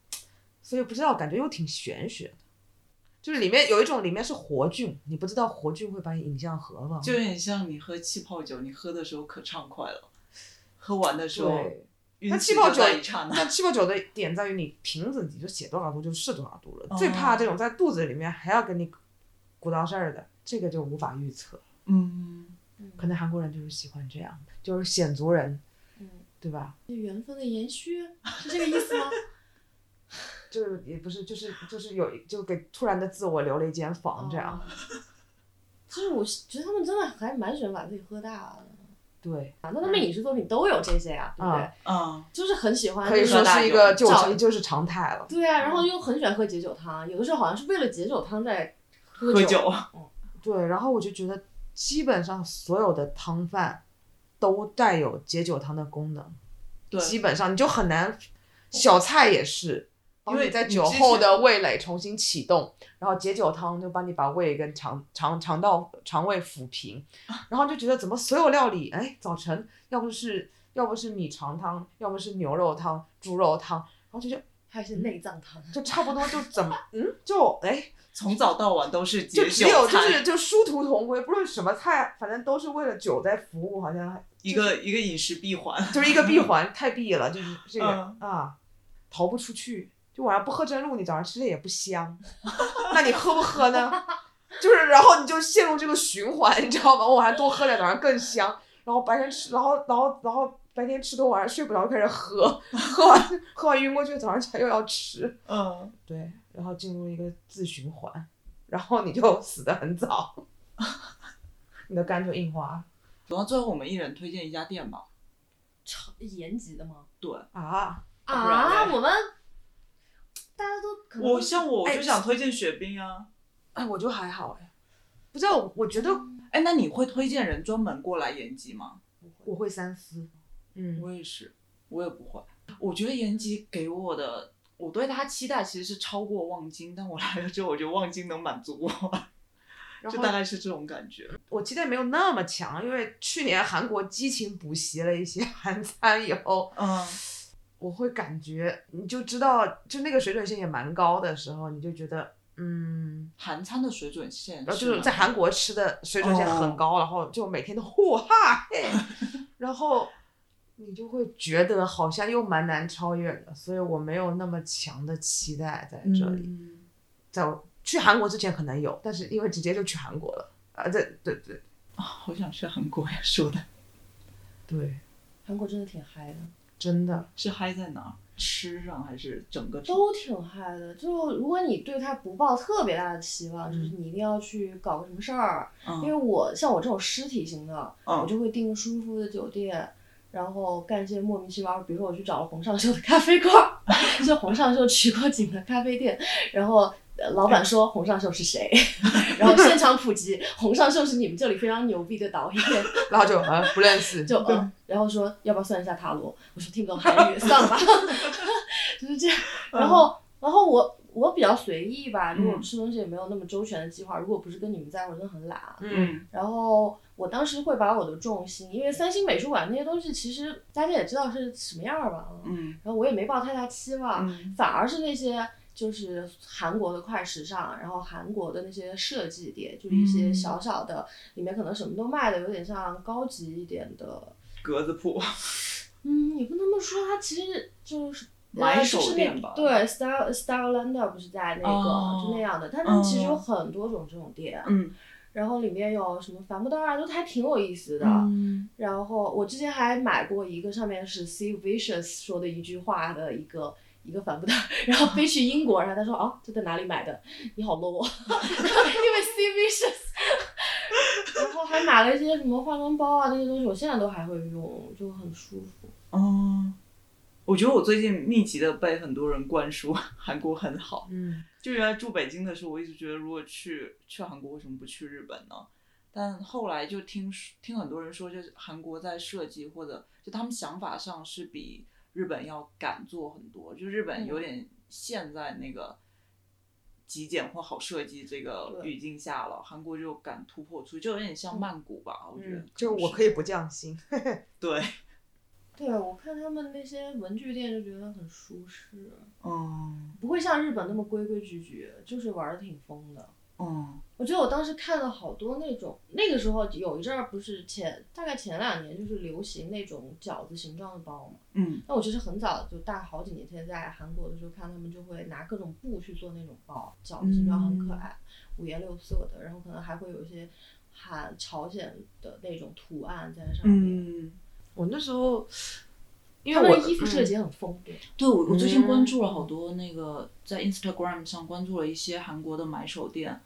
E: 所以不知道感觉又挺玄学的，就是里面有一种里面是活菌，你不知道活菌会把你引向何方。
B: 就有点像你喝气泡酒，你喝的时候可畅快了，喝完的时候
E: 对，
B: 晕
E: 那
B: 起
E: 气
B: 就
E: 泡酒
B: 在一刹，那，
E: 那气泡酒的点在于你瓶子你就写多少度就是多少度了，
B: 哦
E: 最怕这种在肚子里面还要给你鼓捣事儿的，这个就无法预测。
B: 嗯，
E: 可能韩国人就是喜欢这样，就是显族人，
D: 嗯，
E: 对吧？
D: 这缘分的延续是这个意思吗？
E: 就是也不是，就是就是有就给突然的自我留了一间房这样。
D: 哦。其实我是觉得他们真的还蛮喜欢把自己喝大的，
E: 对，
D: 那他们影视作品都有这些呀、对不对？
E: 啊
B: 嗯
D: 就是很喜欢，
E: 可以说是一个就
D: 找
E: 就是常态了。
B: 嗯
D: 对啊，然后又很喜欢喝解酒汤，有的时候好像是为了解酒汤在喝
B: 喝酒，
E: 对，然后我就觉得基本上所有的汤饭都带有解酒汤的功能，
B: 对，
E: 基本上你就很难，小菜也是。
B: 因为
E: 帮你在
B: 哦你
E: 酒
B: 之
E: 后
B: 前
E: 的味蕾重新启动，然后解酒汤就帮你把胃跟肠肠肠道肠胃抚 平，然后就觉得怎么所有料理，哎，早晨要不是要不是米肠汤，要不是牛肉汤、猪肉汤，然后就觉得
D: 还是内脏汤。
E: 就差不多就怎么嗯就哎
B: 从早到晚都是
E: 就
B: 解
E: 只
B: 酒
E: 有就
B: 餐
E: 是就殊途同归，不论什么菜，反正都是为了酒在服务，好像
B: 一个一个饮食闭环。
E: 就是一个闭环，太闭了，就是这个、
B: 嗯
E: 啊，逃不出去。就晚上不喝真露，你早上吃的也不香， 那你喝不喝呢？就是然后你就陷入这个循环，你知道吗？我晚上多喝点，早上更香，然后白天吃，然后然后然后白天吃多，晚上睡不着，开始喝，喝完喝完晕过去，早上起来又要吃，
B: 嗯，
E: 对，然后进入一个自循环，然后你就死得很早， 你的肝就硬化了
B: 然后最后我们一人推荐一家店吧。
D: 超延吉的吗？
B: 对，
E: 啊！
B: 不然嘞
D: 啊，我们大家都可能
B: 我像我
E: 哎
B: 就想推荐雪冰啊。
E: 哎，我就还好哎，不知道，我觉得
B: 哎，那你会推荐人专门过来延吉吗？
E: 我会三思。嗯，
B: 我也是，我也不会。我觉得延吉给我的，我对他期待其实是超过望京，但我来了之后，我觉得望京能满足 我，
E: 然
B: 就大
E: 后
B: 概是这种感觉。
E: 我期待没有那么强，因为去年韩国激情补习了一些 韩餐以后，
B: 嗯，
E: 我会感觉你就知道，就那个水准线也蛮高的时候，你就觉得嗯，
B: 韩餐的水准线
E: 然后
B: 是
E: 就是在
B: 吗哦
E: 韩国吃的水准线很高，然后就每天都 呼哈 嘿，然后你就会觉得好像又蛮难超越的，所以我没有那么强的期待在这里。
B: 嗯
E: 在我去韩国之前可能有，但是因为直接就去韩国了啊，对对对
B: 啊，好想去韩国呀！说的
E: 对，
D: 韩国真的挺嗨的，
E: 真的
B: 是嗨在哪儿？吃上还是整个城
D: 都挺嗨的。就如果你对他不抱特别大的期望，就是你一定要去搞个什么事儿，因为
B: 嗯
D: 我像我这种尸体型的，我
B: 嗯
D: 就会订舒服的酒店。然后干一些莫名其妙，比如说我去找了洪尚秀的咖啡馆儿， 就洪尚秀取过景的咖啡店，然后呃老板说洪尚秀是谁， 然后现场普及洪尚秀是你们这里非常牛逼的导演，
E: 然后就啊不认识，
D: 就嗯，然后说要不要算一下塔罗？我说听不懂韩语，算了吧， 就是这样。然后，然后我我比较随意吧，就我
B: 嗯
D: 吃东西也没有那么周全的计划。如果不是跟你们在，我真的很懒。啊
E: 嗯
B: 嗯
D: 然后我当时会把我的重心，因为三星美术馆那些东西，其实大家也知道是什么样儿吧。
B: 嗯
D: 然后我也没抱太大期望，
B: 嗯
D: 反而是那些就是韩国的快时尚，然后韩国的那些设计店，就是一些
B: 嗯
D: 小小的，里面可能什么都卖的，有点像高级一点的
B: 格子铺，
D: 嗯，也不能这么说，它其实就是
B: 买
D: 呃
B: 手
D: 就是那
B: 店吧
D: 对，Star Starlander 不是在那个、
B: 哦
D: 就那样的，但它其实有
B: 哦
D: 很多种这种店，啊
B: 嗯
D: 然后里面有什么帆布袋啊，都还挺有意思的。
B: 嗯
D: 然后我之前还买过一个，上面是 C Vicious 说的一句话的一个。一个帆布袋，然后飞去英国，然后他说啊，这在哪里买的？你好 low 啊，因为 C vicious，然后 还买了一些什么化妆包啊那些东西，我现在都还会用，就很舒服。
B: 哦。我觉得我最近密集的被很多人灌输韩国很好，
E: 嗯，
B: 就原来住北京的时候，我一直觉得如果去去韩国，为什么不去日本呢？但后来就听说听很多人说，就是韩国在设计或者就他们想法上是比日本要敢做很多，就日本有点陷在那个极简或好设计这个
D: 对
B: 语境下了，韩国就敢突破出去，就有点像曼谷吧，我觉得
E: 嗯就
B: 能
E: 我
B: 是
E: 可以不降薪，
B: 对，
D: 对，我看他们那些文具店就觉得很舒适，
B: 嗯
D: 不会像日本那么规规矩矩，就是玩的挺疯的。
B: 嗯
D: 我觉得我当时看了好多那种，那个时候有一阵儿不是前大概前两年就是流行那种饺子形状的包嘛，
B: 嗯
D: 那我其实很早就大概好几年前在韩国的时候看他们就会拿各种布去做那种包，饺子形状很可爱，五颜六色的，然后可能还会有一些韩朝鲜的那种图案在上面，
B: 嗯，
E: 我那时候因
D: 他
E: 为
D: 们
E: 我
D: 的衣服设计
E: 嗯
D: 也很疯，对，
B: 对，我我最近关
E: 嗯
B: 注了好多那个在 Instagram 上关注了一些韩国的买手店，
D: 嗯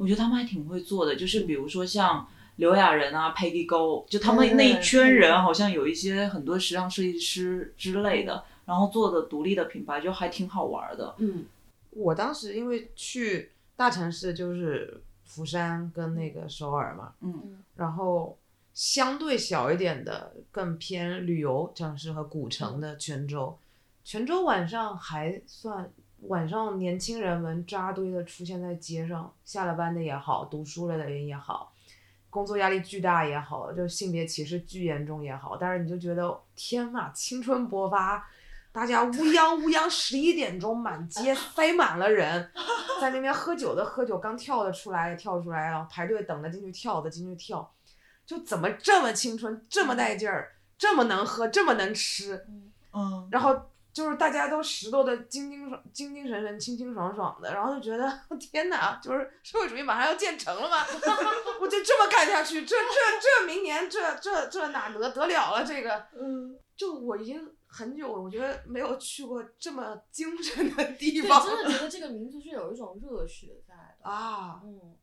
B: 我觉得他们还挺会做的，就是比如说像刘亚仁啊、Peggy Go，就他们那一圈人好像有一些很多时尚设计师之类的，然后做的独立的品牌就还挺好玩的。
D: 嗯。
E: 我当时因为去大城市就是釜山跟那个首尔嘛，
B: 嗯，
E: 然后相对小一点的更偏旅游城市和古城的泉州，泉州晚上还算。晚上，年轻人们扎堆的出现在街上，下了班的也好，读书了的人也好，工作压力巨大也好，就性别歧视巨严重也好，但是你就觉得天呐，青春勃发，大家乌泱乌泱，十一点钟满街塞满了人，在那边喝酒的喝酒，刚跳的出来跳出来，然后排队等着进去跳的进去跳，就怎么这么青春，这么带劲儿，这么能喝，这么能吃，
B: 嗯，
E: 然后就是大家都拾掇的精精爽、精精神神、清清爽爽的，然后就觉得 天哪，就是社会主义马上要建成了吗？ 我就这么干下去，这这这明年这这这哪得得了了？这个，
D: 嗯，
E: 就我已经很久，我觉得没有去过这么精神的地
D: 对，
E: 方
D: 真的觉得这个民族是有一种热血在 的。
E: 啊！
D: 嗯，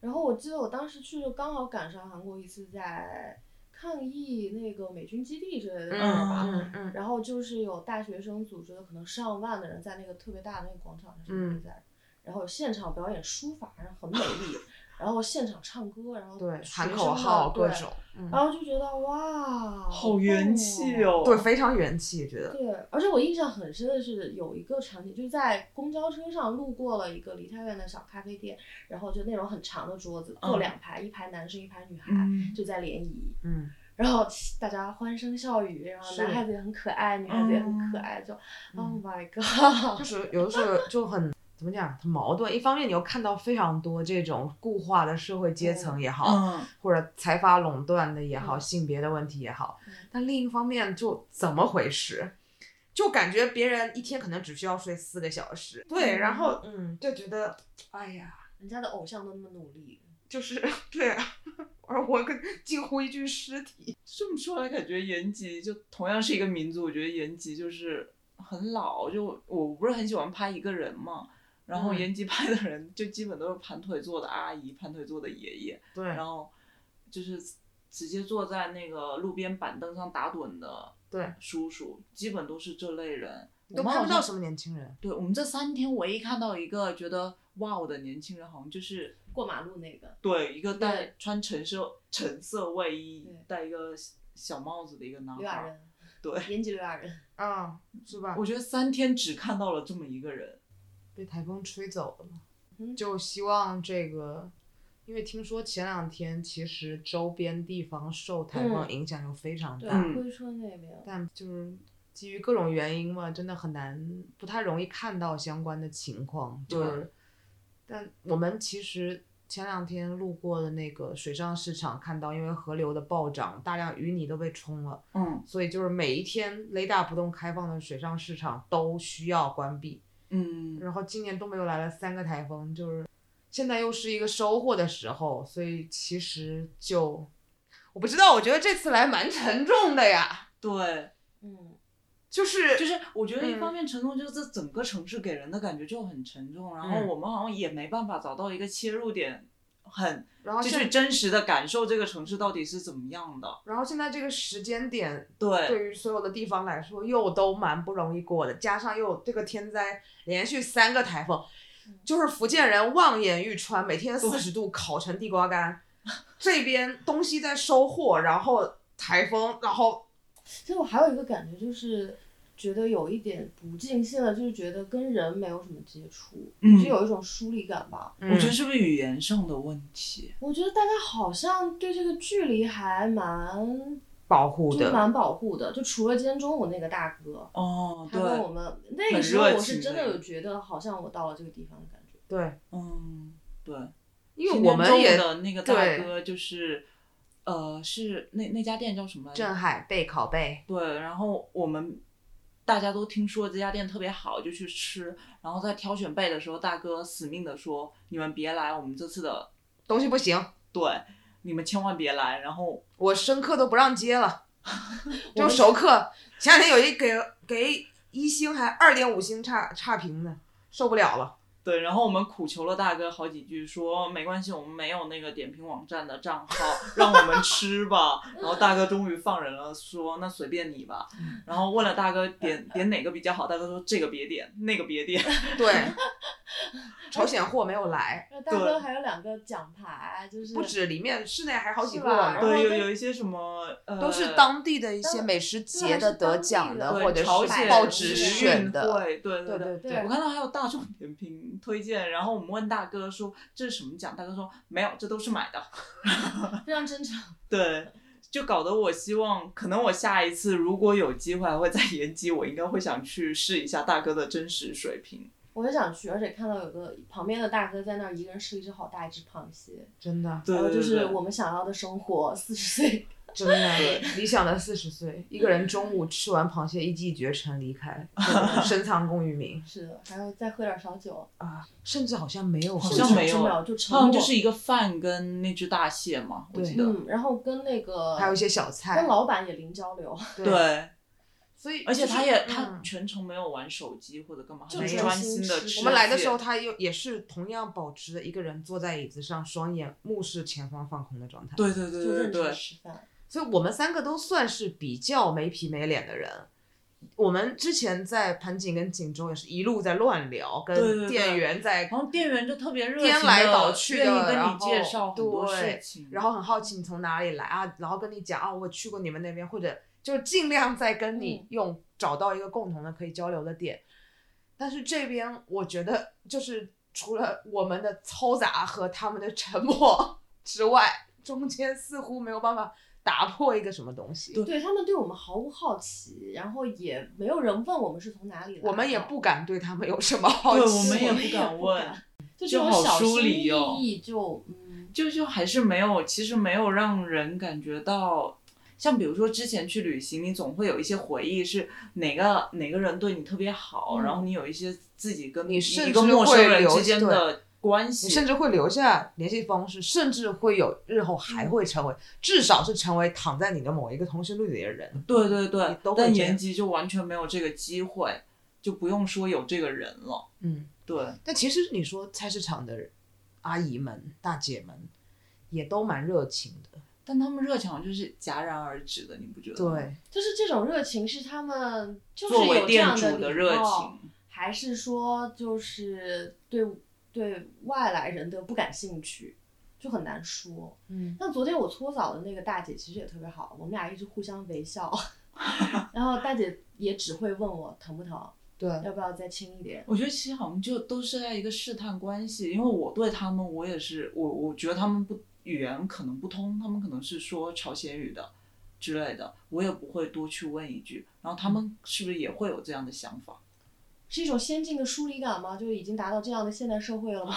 D: 然后我记得我当时去就刚好赶上韩国一次在抗议那个美军基地之类的事儿吧，
E: 嗯嗯
D: 然后就是有大学生组织的，可能上万的人在那个特别大的那个广场上
E: 嗯
D: 比赛，然后有现场表演书法，然后很美丽，然后现场唱歌，然后
E: 对，
D: 学
E: 喊
D: 生
E: 口
D: 的
E: 号各
D: 对，哦
E: 种，嗯
D: 然后就觉得哇，
B: 好元气！哦，
E: 对，非常元气，觉得
D: 对，而且我印象很深的是有一个场景，就是在公交车上路过了一个梨泰院的小咖啡店，然后就那种很长的桌子，坐
B: 嗯
D: 两排，一排男生，一排女孩，
B: 嗯，
D: 就在联谊，
E: 嗯，
D: 然后 大家欢声笑语，然后
E: 是
D: 男孩子也很可爱，女孩子也很可
B: 嗯
D: 爱，就、
E: 嗯
D: Oh my God！
E: 就是有的时候就很怎么讲，很矛盾。一方面你又看到非常多这种固化的社会阶层也好，
B: 嗯，
E: 或者财阀垄断的也好，
D: 嗯
E: 性别的问题也好
D: 嗯，
E: 但另一方面就怎么回事？就感觉别人一天可能只需要睡四个小时，对，
D: 嗯
E: 然后嗯，就觉得，哎呀，
D: 人家的偶像都那么努力，
E: 就是 对、啊，而我跟近乎一具尸体，
B: 这么说来，感觉延吉就同样是一个民族，我觉得延吉就是很老，就我不是很喜欢拍一个人嘛。然后
E: 嗯
B: 延吉拍的人就基本都是盘腿坐的阿姨、盘腿坐的爷爷，
E: 对
B: 然后就是直接坐在那个路边板凳上打盹的
E: 对，
B: 叔叔，基本都是这类人。
E: 都
B: 我们
E: 看
B: 好
E: 不
B: 像
E: 到什么年轻人，
B: 对我们这三天唯一看到一个觉得哇哦的年轻人，好像就是
D: 过马路那个，
B: 对一个戴
D: 对
B: 穿橙色橙色卫衣
D: 对、
B: 戴一个小帽子的一个男
D: 刘亚
B: 孩。
D: 仁，
B: 啊对，
D: 延吉刘亚仁，
E: 啊，是吧？
B: 我觉得三天只看到了这么一个人。
E: 被台风吹走了嘛。
D: 嗯
E: 就希望这个，因为听说前两天其实周边地方受台风
D: 嗯
E: 影响又非常
D: 对，啊
E: 大，
B: 嗯
D: 归春那边，
E: 但就是基于各种原因嘛，真的很难，不太容易看到相关的情况。就
B: 对
E: 是，但我们其实前两天路过的那个水上市场，看到因为河流的暴涨，大量淤泥都被冲了，
B: 嗯
E: 所以就是每一天雷打不动开放的水上市场都需要关闭。
B: 嗯
E: 然后今年东北又来了三个台风，就是现在又是一个收获的时候，所以其实就我不知道，我觉得这次来蛮沉重的呀，
B: 对，
D: 嗯，
E: 就是
B: 就是我觉得一
E: 嗯
B: 方面沉重，就是这整个城市给人的感觉就很沉重，然后
E: 嗯
B: 我们好像也没办法找到一个切入点，很
E: 然后
B: 就
E: 现
B: 是真实的感受这个城市到底是怎么样的。
E: 然后现在这个时间点
B: 对，
E: 对于所有的地方来说又都蛮不容易过的，加上又有这个天灾连续三个台风，
B: 嗯
E: 就是福建人望眼欲穿，每天四十度烤成地瓜干，这边东西在收获，然后台风，然后
D: 其实我还有一个感觉就是。觉得有一点不尽兴了，就是觉得跟人没有什么接触，
B: 嗯
D: 就有一种疏离感吧。
B: 我
E: 嗯
B: 觉得是不是语言上的问题？
D: 我觉得大家好像对这个距离还蛮
E: 保护
D: 就
E: 的，
D: 蛮保护的，就除了今天中午那个大哥，
B: 哦，
D: 他
B: 对，
D: 跟我们那
B: 很
D: 个时候，
B: 热
D: 我是
B: 情
D: 真的
B: 的
D: 有觉得好像我到了这个地方的感觉。
E: 对，
B: 嗯，对，
E: 因为
B: 今天
E: 我
B: 中
E: 们
B: 午
E: 也
B: 的那个大
E: 对
B: 哥就是，呃，是那那家店叫什么来着？
E: 镇海贝拷贝，
B: 对，然后我们大家都听说这家店特别好，就去吃。然后在挑选贝的时候，大哥死命的说：“你们别来，我们这次的
E: 东西不行，
B: 对，你们千万别来。”然后
E: 我生客都不让接 了，
D: 我
E: 就
D: 们
E: 熟客。前两天有一给给一星还二点五星差差评呢，受不了了。
B: 对，然后我们苦求了大哥好几句，说：“没关系，我们没有那个点评网站的账 号，让我们吃吧。”然后大哥终于放人了，说：“那随便你吧。”
E: 嗯
B: 然 后问了大哥点点哪个比较好，大哥说：“这个别点，那个别点。”
E: 对，朝鲜货没有来，
D: 大哥还有两个奖牌，就是
E: 不止里面室内还好几
D: 是
E: 个呢
D: 吧然后
B: 对，有
D: 跟
B: 有一些什么呃，
E: 都是当地的一
D: 当
E: 些美食
D: 还
E: 节
D: 是
E: 的得
D: 当地
E: 奖
D: 的
E: 的，
B: 对
E: 或者
B: 朝
E: 是
B: 鲜
E: 报
D: 食
E: 纸
D: 运
E: 选的，
B: 对对
E: 对对
B: 对
D: 对
B: 我看到还有大众点评推荐，然后我们问大哥说这是什么奖，大哥说没有，这都是买的。
D: 非常真诚。
B: 对，就搞得我希望，可能我下一次如果有机会还会再 延期，我应该会想去试一下大哥的真实水平。
D: 我很想去，而且看到有个旁边的大哥在那儿一个人吃了一只好大一只螃蟹，
E: 真的
B: 对
D: 然后
B: 对对，
D: 就是
B: 对
D: 我们想要的生活，四十岁。
E: 真的理想的四十岁，一个人中午吃完螃蟹一骑绝尘离开，真的深藏功与名
D: 是的，还要再喝点小酒，
E: 啊，甚至好像没有
B: 好
E: 后
B: 像
E: 续
B: 没有
D: 真的就沉
B: 好
D: 默，
B: 像哦就是一个饭跟那只大蟹嘛，我
E: 对
B: 记得。
D: 嗯，然后跟那个
E: 还有一些小菜
D: 跟，老板也零交流，
B: 对，
E: 所以
B: 而且
E: 就是
B: 他也
E: 嗯
B: 他全程没有玩手机或者干嘛，
D: 就
B: 他
E: 没
B: 就
E: 有
B: 专心的
D: 心
B: 吃。
D: 吃
E: 我们来的时候，，他又也是同样保持着一个人坐在椅子上，双眼目视前方放空的状态。
B: 对对对
D: 就
B: 对
D: 认
B: 对
D: 真
B: 对，
D: 吃饭。
E: 所以我们三个都算是比较没皮没脸的人。我们之前在盘锦跟锦州也是一路在乱聊，
B: 对哦
E: 跟
B: 对
E: 店员在，
B: 然后店员就特别热情地，
E: 颠来倒去的
B: 愿意跟
E: 然
B: 你介
E: 后
B: 绍很多
E: 对
B: 事情，
E: 然后很好奇你从哪里来啊，然后跟你讲啊，我去过你们那边，或者就是尽量在跟你
D: 嗯
E: 用找到一个共同的可以交流的点。但是这边我觉得就是除了我们的嘈杂和他们的沉默之外，中间似乎没有办法打破一个什么东西。
B: 对
D: 对他们对我们毫无好奇，然后也没有人问我们是从哪里来的，
E: 我们也不敢对他们有什么好
B: 对
E: 奇。
B: 我们也
D: 我
B: 不
D: 也
B: 敢
D: 不
B: 问
D: 敢就这
B: 就
D: 种
B: 好
D: 小
B: 疏
D: 心
B: 离哦
D: 翼翼就嗯，
B: 就就还是没有，其实没有让人感觉到，像比如说之前去旅行，你总会有一些回忆，是哪个哪个人对你特别好，
D: 嗯
B: 然后你有一些自己跟
E: 你
B: 一
E: 甚
B: 一个
E: 至
B: 陌生
E: 会
B: 人
E: 留
B: 之间的关
E: 你甚
B: 系，
E: 至会留下联系方式，甚至会有日后还会成为，
B: 嗯
E: 至少是成为躺在你的某一个通讯录里的人。
B: 对对
E: 你
B: 对
E: 都，会
B: 但
E: 这样
B: 延吉就完全没有这个机会，就不用说有这个人了，
E: 嗯，
B: 对，
E: 但其实你说菜市场的阿姨们、大姐们，也都蛮热情的。
B: 但他们热情好像就是戛然而止的，你不觉得吗？
E: 对，
D: 就是这种热情是他们就是
B: 作为
D: 有这
B: 店
D: 样
B: 主
D: 的
B: 的
D: 礼
B: 热
D: 貌
B: 情，
D: 还是说就是对对外来人的不感兴趣，就很难说。
E: 嗯，
D: 像昨天我搓澡的那个大姐其实也特别好，我们俩一直互相微笑， 然后大姐也只会问我疼不疼，
E: 对，
D: 要不要再轻一点。
B: 我觉得其实好像就都是在一个试探关系，因为我对他们，我也是我我觉得他们不语言可能不通，他们可能是说朝鲜语的之类的，我也不会多去问一句。然后他们是不是也会有这样的想法？
D: 是一种先进的疏离感吗？就已经达到这样的现代社会了吗？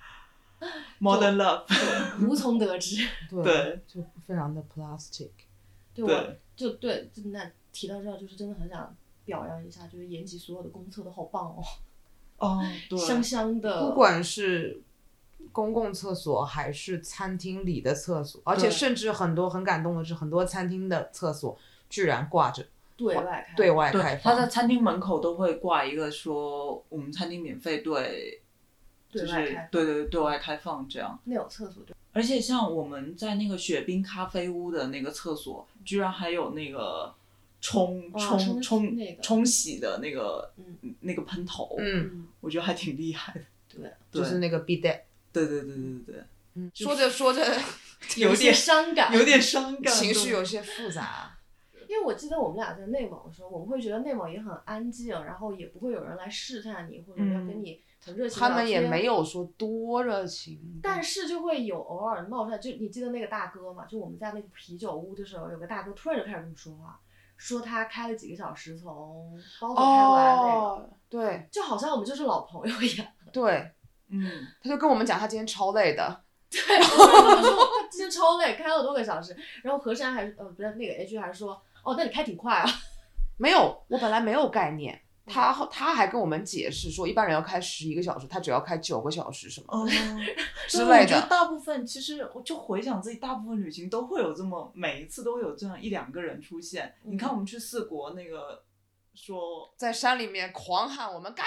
B: Modern love，
D: 就无从得知。
E: 对，
B: 对
E: 就非常的 plastic。
D: 对，我
B: 对
D: 就对，就那提到这儿，就是真的很想表扬一下，就是延吉所有的公厕都好棒哦，
B: 哦，对，
D: 香香的，
E: 不管是公共厕所还是餐厅里的厕所，而且
B: 对
E: 甚至很多很感动的是，很多餐厅的厕所居然挂着
D: 对外开，
E: 对外开
B: 对，他在
E: 放。
B: 餐厅门口都会挂一个说我们餐厅免费对，
D: 对
B: 就
D: 外
B: 是
D: 开，
B: 对对对对外开放这样。
D: 那有厕所对，
B: 而且像我们在那个雪冰咖啡屋的那个厕所，居然还有那个冲
D: 哦
B: 冲
D: 冲
B: 冲
D: 那个
B: 冲洗的那个
D: 嗯
B: 那个喷头，
E: 嗯，
D: 嗯，
B: 我觉得还挺厉害的。
D: 对，
E: 就
B: 对
E: 是那个 b d a
B: 对对对对对
E: 嗯，说着说着
B: 对，有
D: 一些
B: 点
D: 伤感，
B: 有点伤感，
E: 情绪
B: 对
E: 有些复杂。
D: 因为我记得我们俩在内蒙的时候，我们会觉得内蒙也很安静，然后也不会有人来试探你，或者要跟你很热情、
E: 他们也没。有说多热情，
D: 但是就会有偶尔冒出来，就你记得那个大哥嘛？就我们在那个啤酒屋的时候，有个大哥突然就开始跟我们说话，说他开了几个小时从包子开完那个，
E: 哦，对
D: 就好像我们就是老朋友 一样。
E: 对，
B: 嗯，
E: 他就跟我们讲他今天超累的，
D: 对，然后我就说他今天超累，开了多个小时。然后何山还呃不是那个 H 还说，哦，那你开挺快啊。
E: 没有，我本来没有概念。
B: 嗯
E: 他他还跟我们解释说，一般人要开十一个小时，他只要开九个小时什么
B: 哦，
E: 之
B: 对
E: 类
B: 我觉得
E: 的。
B: 大部分其实我就回想自己，大部分旅行都会有这么，每一次都会有这样一两个人出现。你看我们去四国那个说
E: 在山里面狂喊我们干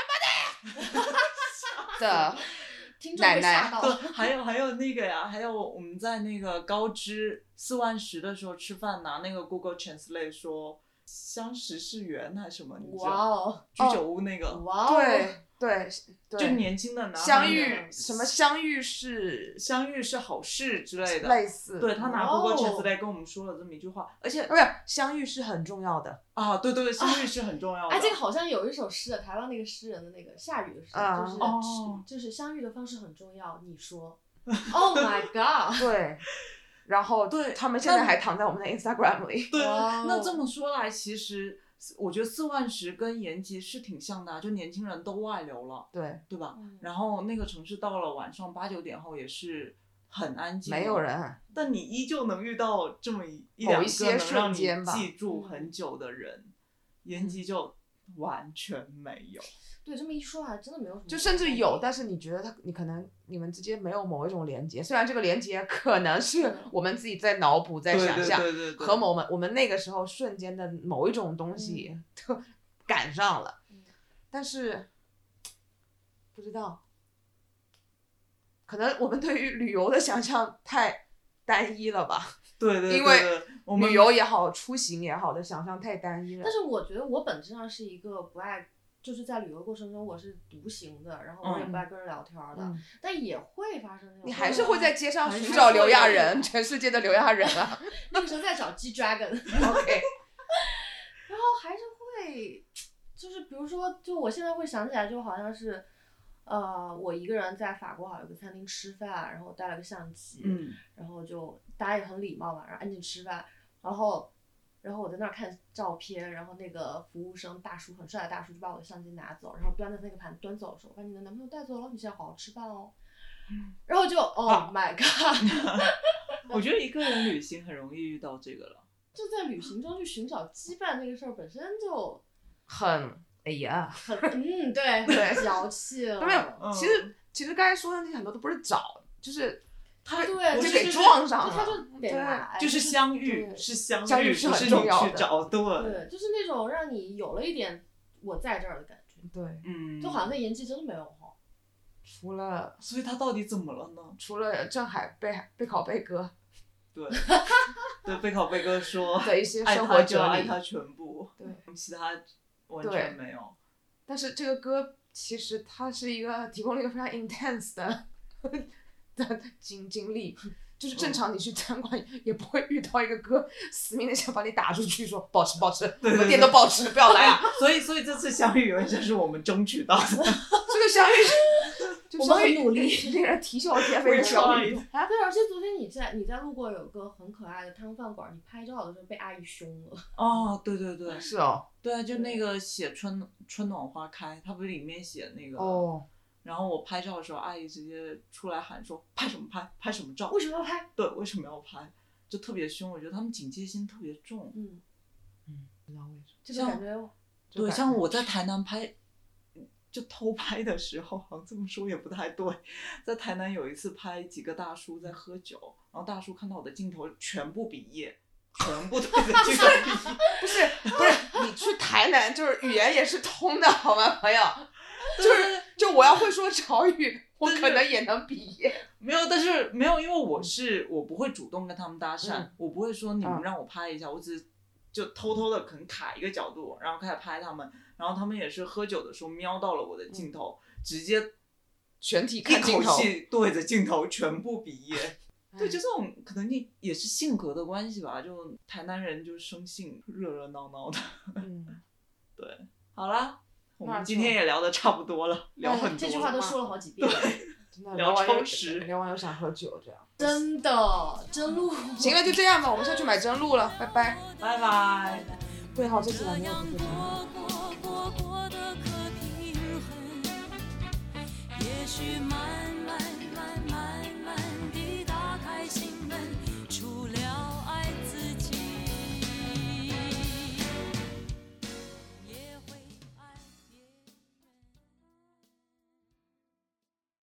E: 嘛的的，
D: 听众会吓到。
B: 对，还有还有那个呀，还有我们在那个高知四万十的时候吃饭，拿那个 Google Translate 说相识是缘还是什么？你记得
D: 哇哦，
B: 居酒屋那个，
D: 哇哦，
E: 对对对，
B: 就年轻的男孩
E: 相
B: 那
E: 遇
B: 种
E: 什么相遇是
B: 相遇是好事之类的。
E: 类似，
B: 对他拿
D: 哇哦
B: Google Translate 跟我们说了这么一句话，而且
E: 不是相遇是很重要的。
B: 啊，对对对，相遇是很重要的。
D: 哎，这个好像有一首诗的，台湾那个诗人的那个下雨的诗，
E: 啊
D: 就是、
B: 哦
D: 就是相遇的方式很重要。你说，Oh my God，
E: 对，然后
B: 对
E: 他们现在还躺在我们的 Instagram 里。
B: 对，
D: 哇哦
B: 那这么说来，其实我觉得四万十跟延吉是挺像的啊、就年轻人都外流了，
E: 对，
B: 对吧？
D: 嗯
B: 然后那个城市到了晚上八九点后也是很安静，
E: 没有，人，啊
B: 但你依旧能遇到这么一一
E: 某
B: 两
E: 一些
B: 个能让
E: 瞬间
B: 你
E: 吧嗯
B: 记住
D: 嗯
B: 很久的人，延吉就完全没有。
D: 对，这么一说啊，真的没有什么，
E: 就甚至有，但是你觉得他，你可能你们之间没有某一种连接，虽然这个连接可能是我们自己在脑补、在
B: 对
E: 想
B: 对
E: 象，
B: 对对对，
E: 和某们我们那个时候瞬间的某一种东西特赶上了
D: 嗯，
E: 但是不知道，可能我们对于旅游的想象太单一了吧，
B: 对对对，
E: 因为
B: 对我们
E: 旅游也好，出行也好的想象太单一了
D: 但。是我觉得我本质上是一个不爱，就是在旅游过程中我是独行的，然后我也
B: 嗯
D: 不爱跟人聊天儿的，
E: 嗯
D: 但也会发生那种。
E: 你还是会在街上
B: 还是
E: 寻找
B: 会
E: 刘亚
B: 有
E: 人，全世界的刘亚人啊。
D: 那个时候在找 G Dragon。
E: OK，
D: 然后还是会，就是比如说，就我现在会想起来，就好像是，呃，我一个人在法国好像有个餐厅吃饭，然后我带了个相机，
B: 嗯，
D: 然后就大家也很礼貌嘛，然后安静吃饭，然后，然后我在那儿看照片，然后那个服务生大叔很帅的大叔就把我的相机拿走，然后端着那个盘端走的时候，我把你的男朋友带走了，你现在好好吃饭哦。然后就 Oh
B: 啊
D: my god，
B: 我觉得一个人旅行很容易遇到这个了。
D: 就在旅行中去寻找羁绊这个事儿本身就
E: 很哎呀，
D: 很嗯对
E: 对
D: 很矫情，啊
E: 没有
B: 嗯
E: 其实其实刚才说的那些很多都不是找，就是
B: 他
D: 对，
B: 不
E: 就是给
B: 是
E: 撞上
D: 他就
E: 了。嗯
D: 得来，
B: 就是相遇，
D: 哎对
B: 是相
E: 相遇
B: 遇，
E: 是
B: 不
E: 很
B: 是你
E: 重要的
B: 去找对，
D: 对，就是那种让你有了一点我在这儿的感觉，
E: 对，
B: 嗯，
D: 就好像在延吉真的没有哈，
E: 除了
B: 所以他到底怎么了呢？
E: 除了郑海贝贝考贝哥
B: 对，对，贝考贝哥说，
E: 的一些
B: 爱
E: 生活
B: 他就
E: 哲
B: 爱
E: 理，
B: 他全部，
E: 对，
B: 其他完全没有。
E: 但是这个歌其实它是一个提供了一个非常 intense 的的经经历。就是正常你去餐馆也不会遇到一个哥死命的想把你打出去说保持保持，我
B: 对
E: 们
B: 对
E: 店
B: 对
E: 都保持不要来 啊！
B: 所以，所以这次相遇完全是我们争取到的。
E: 这个相遇是，
D: 我们很努力
E: 令人啼笑皆非的相遇。啊，
D: 对，而且昨天你在你在路过有个很可爱的摊饭馆，你拍照的时候被阿姨凶了，
B: 哦，对对对，
E: 是哦，
B: 对啊，就那个写春春暖花开，它不是里面写那个，
E: 哦，
B: 然后我拍照的时候，阿姨直接出来喊说拍什么拍，拍什么照，
D: 为什么要拍？
B: 对，为什么要拍，就特别凶。我觉得他们警戒心特别重。
D: 嗯，
E: 不知道为什么。
D: 这个感觉
E: 就
B: 对，
E: 感
B: 像我在台南拍，就偷拍的时候，好像这么说也不太对。在台南有一次拍几个大叔在喝酒，然后大叔看到我的镜头，全部比耶，全部对着镜头比耶。
E: 不是不是，你去台南就是语言也是通的，好吗，朋友？就是就我要会说潮语，我可能也能毕业。
B: 没有，但是没有，因为我是我不会主动跟他们搭讪，
E: 嗯
B: 我不会说你们
E: 嗯
B: 让我拍一下，我只是就偷偷的可能卡一个角度，然后开始拍他们，然后他们也是喝酒的时候瞄到了我的镜头，直接
E: 全体
B: 一
E: 嗯看镜
B: 口
E: 头，
B: 气对着镜头全部比耶。对，
D: 嗯
E: 哎
B: 就这种可能你也是性格的关系吧，就台南人就是生性热热闹闹的。
E: 嗯，
B: 对，好啦，我
E: 那
B: 们
E: 就
B: 今天也聊的差不多了，聊很多了。
D: 这句话都说了好几遍，
E: 真的
B: 聊
E: 聊完又
B: 超时
E: 聊完又想喝酒，这样。
D: 真的 真录。
E: 行了，就这样吧，我们下去买真露了，拜拜。
B: 拜拜。
E: 对，好，这次还没有喝酒。
F: 过过过过的